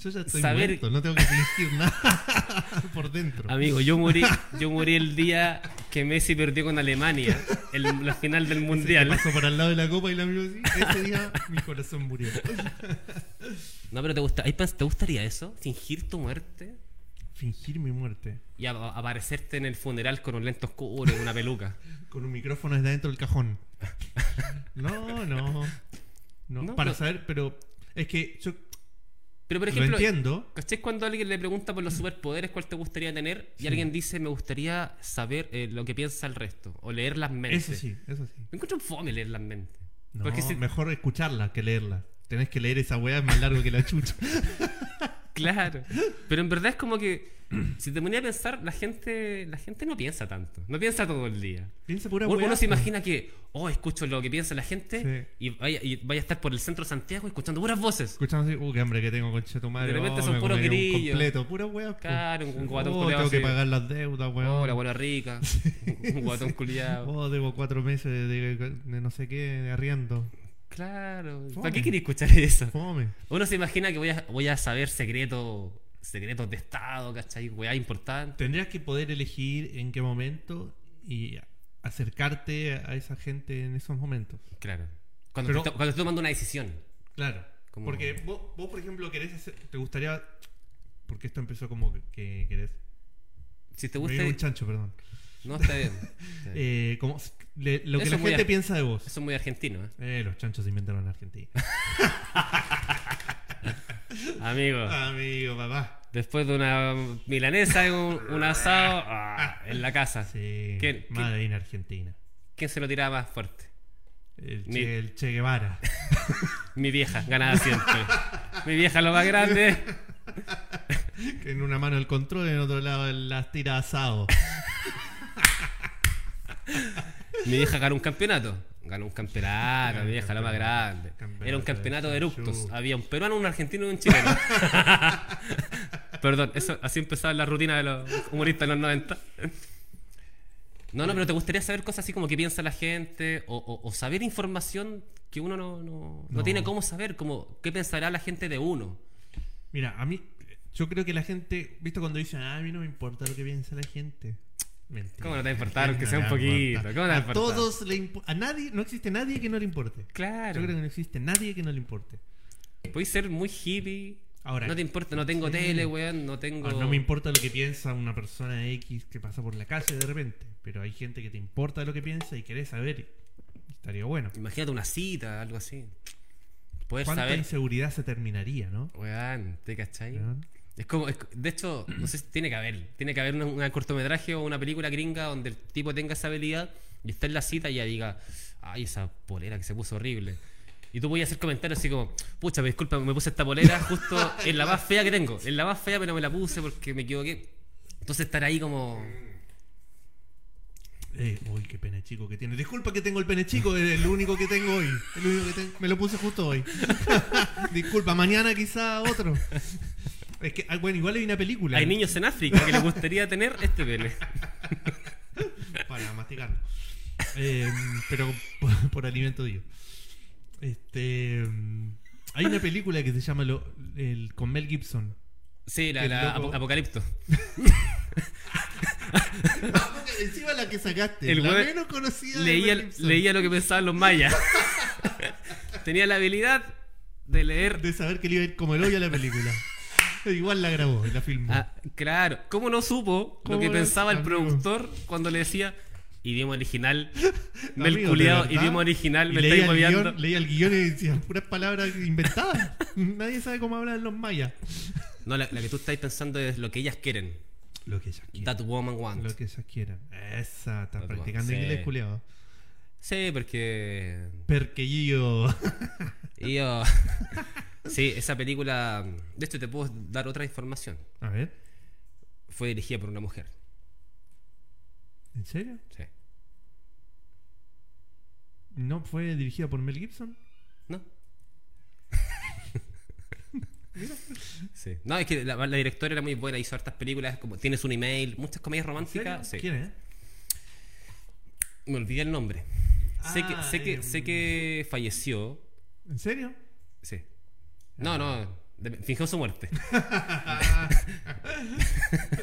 Yo ya estoy Saber- muerto, no tengo que fingir nada por dentro. Amigo, yo morí, yo morí el día que Messi perdió con Alemania, en la final del Ese que Mundial. Paso por al lado de la copa y la miro así. Ese día mi corazón murió. No, pero te gusta, ¿hay pens- ¿te gustaría eso? ¿Fingir tu muerte? Fingir mi muerte. Y a- a- aparecerte en el funeral con un lento oscuro y una peluca. Con un micrófono desde adentro del cajón. No, no. No, No, para no. saber, pero es que yo Pero, por lo ejemplo, entiendo. ¿cachai cuando alguien le pregunta por los superpoderes cuál te gustaría tener? Y alguien dice, me gustaría saber eh, lo que piensa el resto, o leer las mentes. Eso sí, eso sí. Me encuentro un fome leer las mentes. No, este. Porque si- mejor escucharla que leerla. Tenés que leer esa weá, es más largo que la chucha. Claro. Pero en verdad es como que si te ponía a pensar, la gente, la gente no piensa tanto. No piensa todo el día. Piensa pura Uno, weá. uno se imagina que, oh, escucho lo que piensa la gente Sí. y, vaya, y vaya a estar por el centro de Santiago escuchando puras voces. Escuchando así, uh, qué hambre que tengo, concha tu madre. De repente oh, son me puros comería un grillos. completo, pura weá. po. Claro, un guatón oh, culiao tengo que así. pagar las deudas, weón. Oh, la abuela rica, un guatón culiado. Oh, debo cuatro meses de, de- de no sé qué, de arriendo. Claro. Fome. ¿Para qué quería escuchar eso? Fome. Uno se imagina que voy a, voy a saber secretos secretos de Estado, ¿cachai? Weá importante. Tendrías que poder elegir en qué momento y acercarte a esa gente en esos momentos. Claro. Cuando, Pero- estoy, to- cuando estoy tomando una decisión. Claro. Como- Porque vos, vos, por ejemplo, querés hacer- Te gustaría... Porque esto empezó como que- que querés... Si te Me gusta. vino un chancho, perdón. No, está bien. Está bien. Eh, como, s- le- lo que Eso la es muy gente ar- piensa de vos. Eso es muy argentino, ¿eh? Eh, los chanchos se inventaron en Argentina. Amigo. Ah. Amigo, papá. Después de una milanesa, un, un asado ah, en la casa. Sí. ¿Quién- Madre en Argentina. ¿Quién se lo tiraba más fuerte? El Ni- che, el Che Guevara. Mi vieja, ganaba siempre. Mi vieja lo más grande. Que en una mano el control y en otro lado las tira asado. Mi vieja ganó un campeonato. Ganó un campeonato, mi vieja lo más grande. Campeonato Era un campeonato de de eructos. Sanchu. Había un peruano, un argentino y un chileno. Perdón, eso, así empezaba la rutina de los humoristas de los 90. No, no, pero te gustaría saber cosas así como que piensa la gente o, o- o saber información que uno no, no- no No. tiene cómo saber, como qué pensará la gente de uno. Mira, a mí, yo creo que la gente, visto cuando dicen, "Ah, a mí no me importa lo que piensa la gente. Mentira. ¿Cómo no te va a importar? Que Que sea un poquito. ¿Cómo no te va a a importar? todos le impo- A nadie, no existe nadie que no le importe. Claro. Yo creo que no existe nadie que no le importe. Puedes ser muy hippie. Ahora- no te importa, no tengo Sí. tele, weón, no tengo... Ah, No me importa lo que piensa una persona X que pasa por la calle de repente, pero hay gente que te importa lo que piensa y querés saber. Estaría bueno. Imagínate una cita, algo así. Poder ¿Cuánta saber. inseguridad se terminaría, no? Weón, ¿te cachai? Weón. Es como, es- de hecho, no sé si tiene que haber. Tiene que haber una- un cortometraje o una película gringa donde el tipo tenga esa habilidad y está en la cita y ya diga, ay, esa polera que se puso horrible. Y tú voy a hacer comentarios así como, pucha, me disculpa, me puse esta polera justo en la más fea que tengo. En la más fea, pero me la puse porque me equivoqué. Entonces estar ahí como... Eh, uy, qué pene chico que tiene. Disculpa que tengo el pene chico, es el único que tengo hoy. El único que tengo. Me lo puse justo hoy. Disculpa, mañana quizá otro. Es que, ah, bueno, igual hay una película. Hay niños en África que les gustaría tener este pene. Para masticarlo. Eh, pero por, por alimento de Dios. Este. mm, Hay una película que se llama lo- el, con Mel Gibson. Sí, la, El la loco. ap- apocalipto. Encima la que sacaste, El la güey menos conocida de leía, Mel Gibson. leía lo que pensaban los mayas. Tenía la habilidad de leer. De saber que le iba a ir como el hoyo a la película. Igual la grabó y la filmó. Ah, claro. ¿Cómo no supo ¿Cómo lo que no? pensaba el Amigo. productor cuando le decía idioma original? Mel Amigo, culiao, ¿de verdad? idioma original, Y me estáis leía, el moviando. guión, leía el guión y decía puras palabras inventadas. Nadie sabe cómo hablan los mayas. No, la, la que tú estás pensando es lo que ellas quieren. Lo que ellas quieran. That woman Lo wants. que ellas quieran. Esa, estás Lo que- practicando sí. inglés, culiado. Sí, porque. Perquellillo. y Yo. sí, esa película. De esto te puedo dar otra información. A ver, Fue dirigida por una mujer. ¿en serio? Sí. ¿No fue dirigida por Mel Gibson? ¿No? Sí. No, es que la, la directora era muy buena, hizo hartas películas, como Tienes un email, muchas comedias románticas. sí. ¿Quién es? Me olvidé el nombre. sé, que, Ah, sé, que, em. sé que falleció. ¿En serio? Sí. No, no, de- fingió su muerte.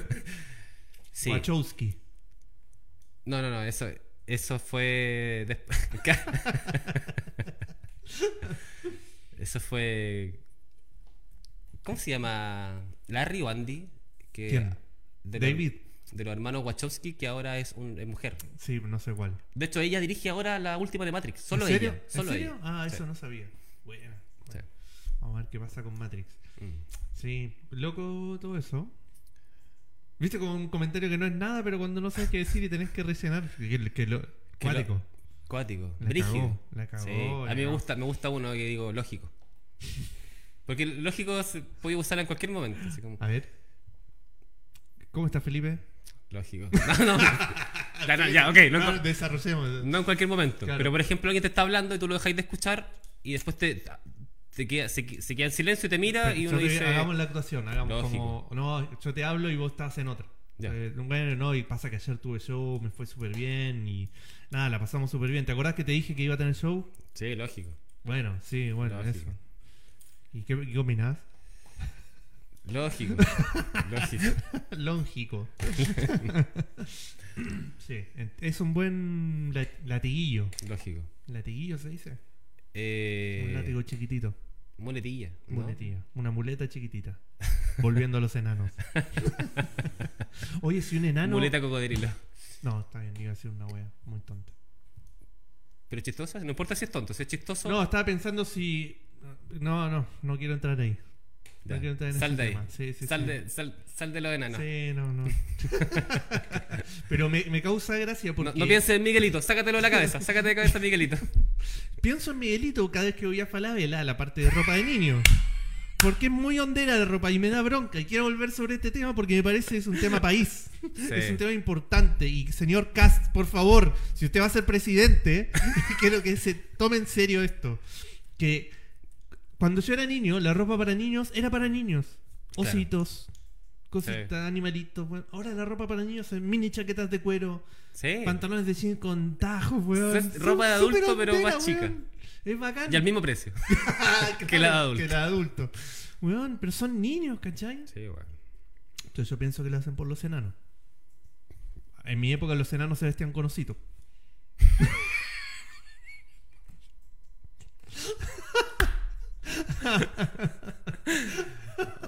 sí. Wachowski. No, no, no, eso, eso fue. después- eso fue. ¿Cómo se llama? Larry o Andy. Que, ¿Quién? de los- David. de los hermanos Wachowski, que ahora es, un, es mujer. Sí, no sé cuál. De hecho, ella dirige ahora la última de Matrix. Solo ¿En serio? ella. ¿En Solo serio? ella. Ah, Sí, eso no sabía. Bueno, sí. bueno, vamos a ver qué pasa con Matrix. Mm. Sí, loco todo eso. Viste como un comentario que no es nada, pero cuando no sabes qué decir y tenés que rellenar. Que, que lo, Que lo- cuático. Cuático. La Brígido. cagó, la cagó, Sí. la A mí me cagó. gusta, me gusta uno que digo lógico. Porque lógico se puede usarla en cualquier momento. así como- A ver. ¿Cómo está Felipe? Lógico. No, no. Ya, no, ya, ok. No, en Ah, cual- desarrollemos. no en cualquier momento. Claro. Pero, por ejemplo, alguien te está hablando y tú lo dejáis de escuchar y después te, te queda, se, se queda en silencio y te mira Pero y yo uno te- dice... Hagamos la actuación, hagamos Lógico. como. No, yo te hablo y vos estás en otra. Ya. Eh, bueno, no, y pasa que ayer tuve show, me fue súper bien y. Nada, la pasamos súper bien. ¿Te acordás que te dije que iba a tener show? Sí, lógico. Bueno, sí, bueno, Lógico. eso. ¿Y qué, qué opinás? Lógico. lógico. Lógico. sí, en- es un buen la- latiguillo. Lógico. ¿Latiguillo se dice? Eh, Un látigo chiquitito. Muletilla. ¿no? Muletilla. Una muleta chiquitita. Volviendo a los enanos. Oye, si un enano. Muleta cocodrilo. No, está bien, iba a ser una wea. Muy tonta. Pero chistosa, no importa si es tonto, si es chistoso. No, estaba pensando si. No, no, no quiero entrar ahí. ya. No quiero entrar en sal ese de ahí. tema. Sí, sí, sal, sí. De, sal, sal de los enanos. Sí, no, no. Pero me, me causa gracia No, porque. no pienses en Miguelito, sácatelo de la cabeza, sácate de cabeza Miguelito. Pienso en Miguelito cada vez que voy a Falabella, la parte de ropa de niño. Porque es muy hondera de ropa y me da bronca. Y quiero volver sobre este tema porque me parece que es un tema país. Sí. Es un tema importante. Y señor Cast, por favor, si usted va a ser presidente, quiero que se tome en serio esto. Que cuando yo era niño, la ropa para niños era para niños. Claro. Ositos, cositas, animalitos. bueno. ahora la ropa para niños es mini chaquetas de cuero. Sí. Pantalones de jean con tajos, weón. Es ropa de Son súper adulto, pero hortera, más chica. weón. Es bacán. Ah, Y al mismo precio. que la de adulto. Que la de adulto. Weón, pero son niños, ¿cachai? Sí, bueno. Entonces yo pienso que lo hacen por los enanos. En mi época los enanos se vestían con ositos.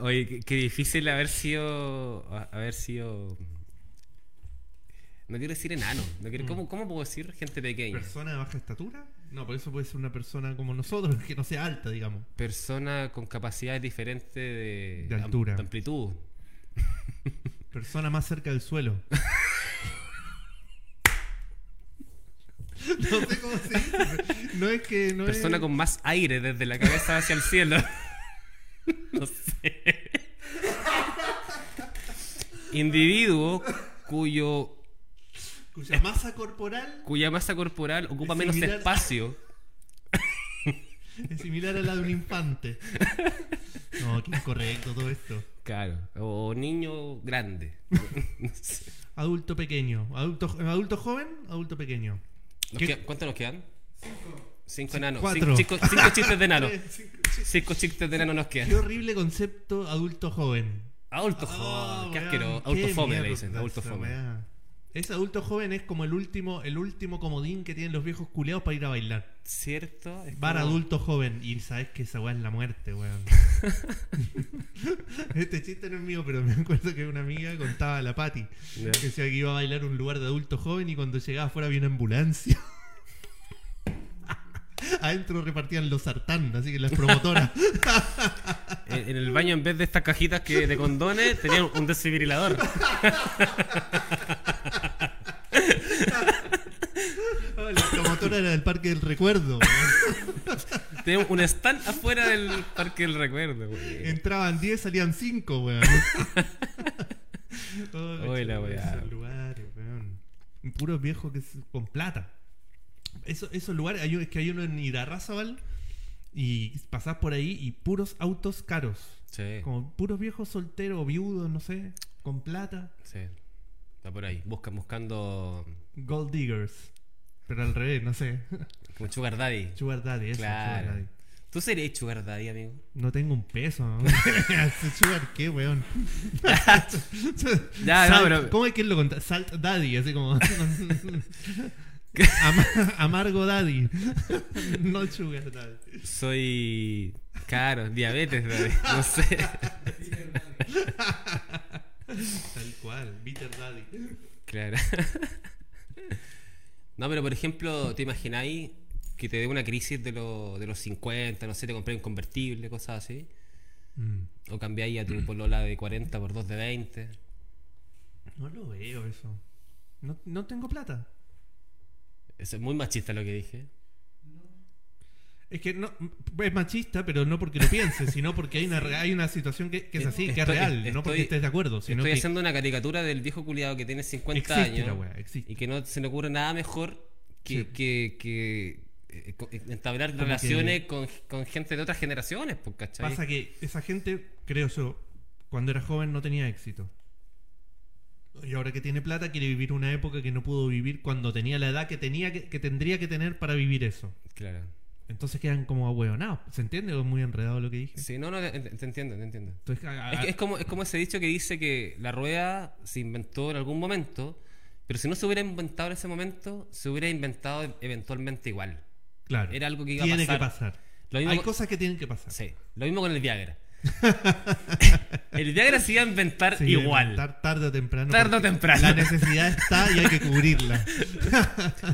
Oye, qué, qué difícil haber sido. a- haber sido. No quiero decir enano. No quiero, ¿cómo, cómo puedo decir gente pequeña? Persona de baja estatura. No, por eso puede ser una persona como nosotros, que no sea alta, digamos. Persona con capacidades diferentes de, De altura. am- de amplitud. Persona más cerca del suelo. No sé cómo se dice. No es que. No Persona es... con más aire desde la cabeza hacia el cielo. No sé. Individuo cuyo, cuya masa corporal cuya masa corporal ocupa Es menos similar- espacio. es similar a la de un infante. No, qué incorrecto todo esto. Claro. O niño grande. No sé. Adulto pequeño. Adulto, adulto joven, adulto pequeño. Nos ¿Qué? queda- ¿Cuántos nos quedan? Cinco enanos. Cuatro. Cinco, cinco- cinco chistes de enano. Eh, sí, Cinco chistes de enano nos Qué quedan. horrible concepto adulto joven. Adulto Oh, joven. Qué weón, asqueroso. qué Adulto fome mierda le dicen. Adulto esa fome. weá. Ese adulto joven es como el último, el último comodín que tienen los viejos culeados para ir a bailar. ¿Cierto? Es Bar como- adulto joven. Y sabes que esa weá es la muerte, weón. este chiste no es mío, pero me acuerdo que una amiga contaba a la Pati Ya. que decía que iba a bailar a un lugar de adulto joven y cuando llegaba afuera había una ambulancia. Adentro repartían los sartán, así que las promotoras. En en el baño, en vez de estas cajitas que de condones, tenían un desfibrilador. la promotora era del Parque del Recuerdo. weón. Tenían un stand afuera del Parque del Recuerdo, güey. Entraban 10, salían 5, weón. Oh, Uy, la chuta, weá. Esos lugares, weón. Puros viejos que se- con plata. Eso, esos lugares, hay, un- es que hay uno en Irarrázaval y pasás por ahí y puros autos caros. Sí, Como puros viejos solteros, viudos, no sé, con plata. sí. Está por ahí. Buscan, buscando Gold diggers. Pero al revés, no sé. como Sugar Daddy. Sugar daddy, eso, sugar Claro. daddy. ¿Tú serías Sugar Daddy, amigo? No tengo un peso. ¿no? Sugar, ¿qué, weón? Ya, no, Salt- pero- ¿Cómo es que lo contaba? Salt Daddy, así como. Am- amargo Daddy. no Sugar Daddy. Soy. Caro, diabetes, Daddy. No sé. Tal cual, Bitter Daddy. Claro. No, pero por ejemplo, ¿te imagináis que te dé una crisis de, lo- de los 50, no sé, te compré un convertible, cosas así? Mm. O cambiáis a tu polola de 40 por 2 de 20. No lo veo eso. No, no tengo plata. Eso es muy machista lo que dije. Es que no, es machista, pero no porque lo piense, sino porque hay una, hay una situación que, que es así, que es Estoy- real, estoy- no porque estés de acuerdo, sino Estoy que haciendo una caricatura del viejo culiado que tiene 50 existe años la wea, existe. y que no se le ocurre nada mejor que, Sí. que- que, eh, co- entablar Como relaciones que- con, con gente de otras generaciones, pues, ¿cachai? Pasa que esa gente, creo yo, cuando era joven no tenía éxito. Y ahora que tiene plata quiere vivir una época que no pudo vivir cuando tenía la edad que tenía que, que tendría que tener para vivir eso. Claro. Entonces quedan como ahueonados. ¿Se entiende? o Es muy enredado lo que dije. Sí, no, no, te, te entiendo, te entiendo. Entonces, a- a- Es, que es como, es como ese dicho que dice que la rueda se inventó en algún momento, pero si no se hubiera inventado en ese momento, se hubiera inventado e-, eventualmente igual. claro, era algo que iba a tiene pasar. que pasar. Lo mismo Hay con- cosas que tienen que pasar. Sí, lo mismo con el Viagra. el Viagra se iba a inventar Sí, igual. tar- tarde o temprano. Tarde o porque temprano. La necesidad está y hay que cubrirla.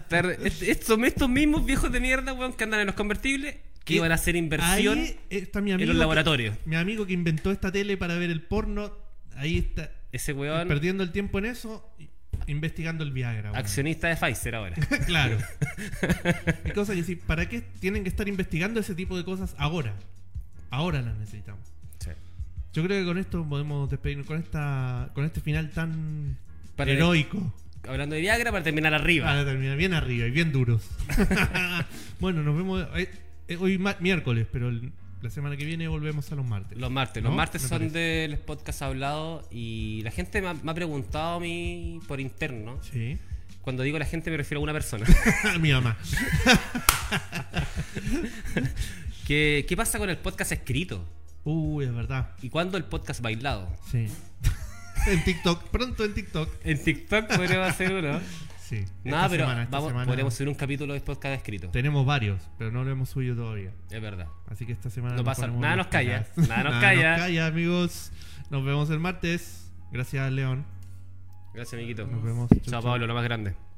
Tarde- est- estos, estos mismos viejos de mierda, weón, que andan en los convertibles, que Y iban a hacer inversión Ahí está mi en amigo. los que- laboratorios. mi amigo que inventó esta tele para ver el porno. Ahí está. Ese weón, perdiendo el tiempo en eso, y- investigando el Viagra. weón. accionista de Pfizer ahora. claro. Hay cosas que sí, ¿para qué tienen que estar investigando ese tipo de cosas ahora? Ahora las necesitamos. Sí. Yo creo que con esto podemos despedirnos con esta con este final tan Para- heroico. Hablando de Viagra, para terminar arriba. Para terminar bien arriba y bien duros. bueno, nos vemos eh, eh, hoy ma- miércoles, pero el- la semana que viene volvemos a los martes. Los martes. ¿No? Los martes Me son parece. de los podcasts hablados y la gente me ha, me ha preguntado a mí por interno. Sí. Cuando digo la gente me refiero a una persona. Mi mamá. ¿Qué, ¿Qué pasa con el podcast escrito? Uy, es verdad. ¿Y cuándo el podcast bailado? Sí. en TikTok, pronto en TikTok. En TikTok podríamos hacer uno. Sí. Nada, Esta pero semana, esta vamos- semana podríamos subir un capítulo de podcast escrito. Tenemos varios, pero no lo hemos subido todavía. Es verdad. Así que esta semana. No nos pasa- ponemos nada las nos calla, pilas. nada nos calla. amigos. Nos vemos el martes. Gracias, León. Gracias, amiguito. Nos vemos. Chau, Chao, chau. Pablo, lo más grande.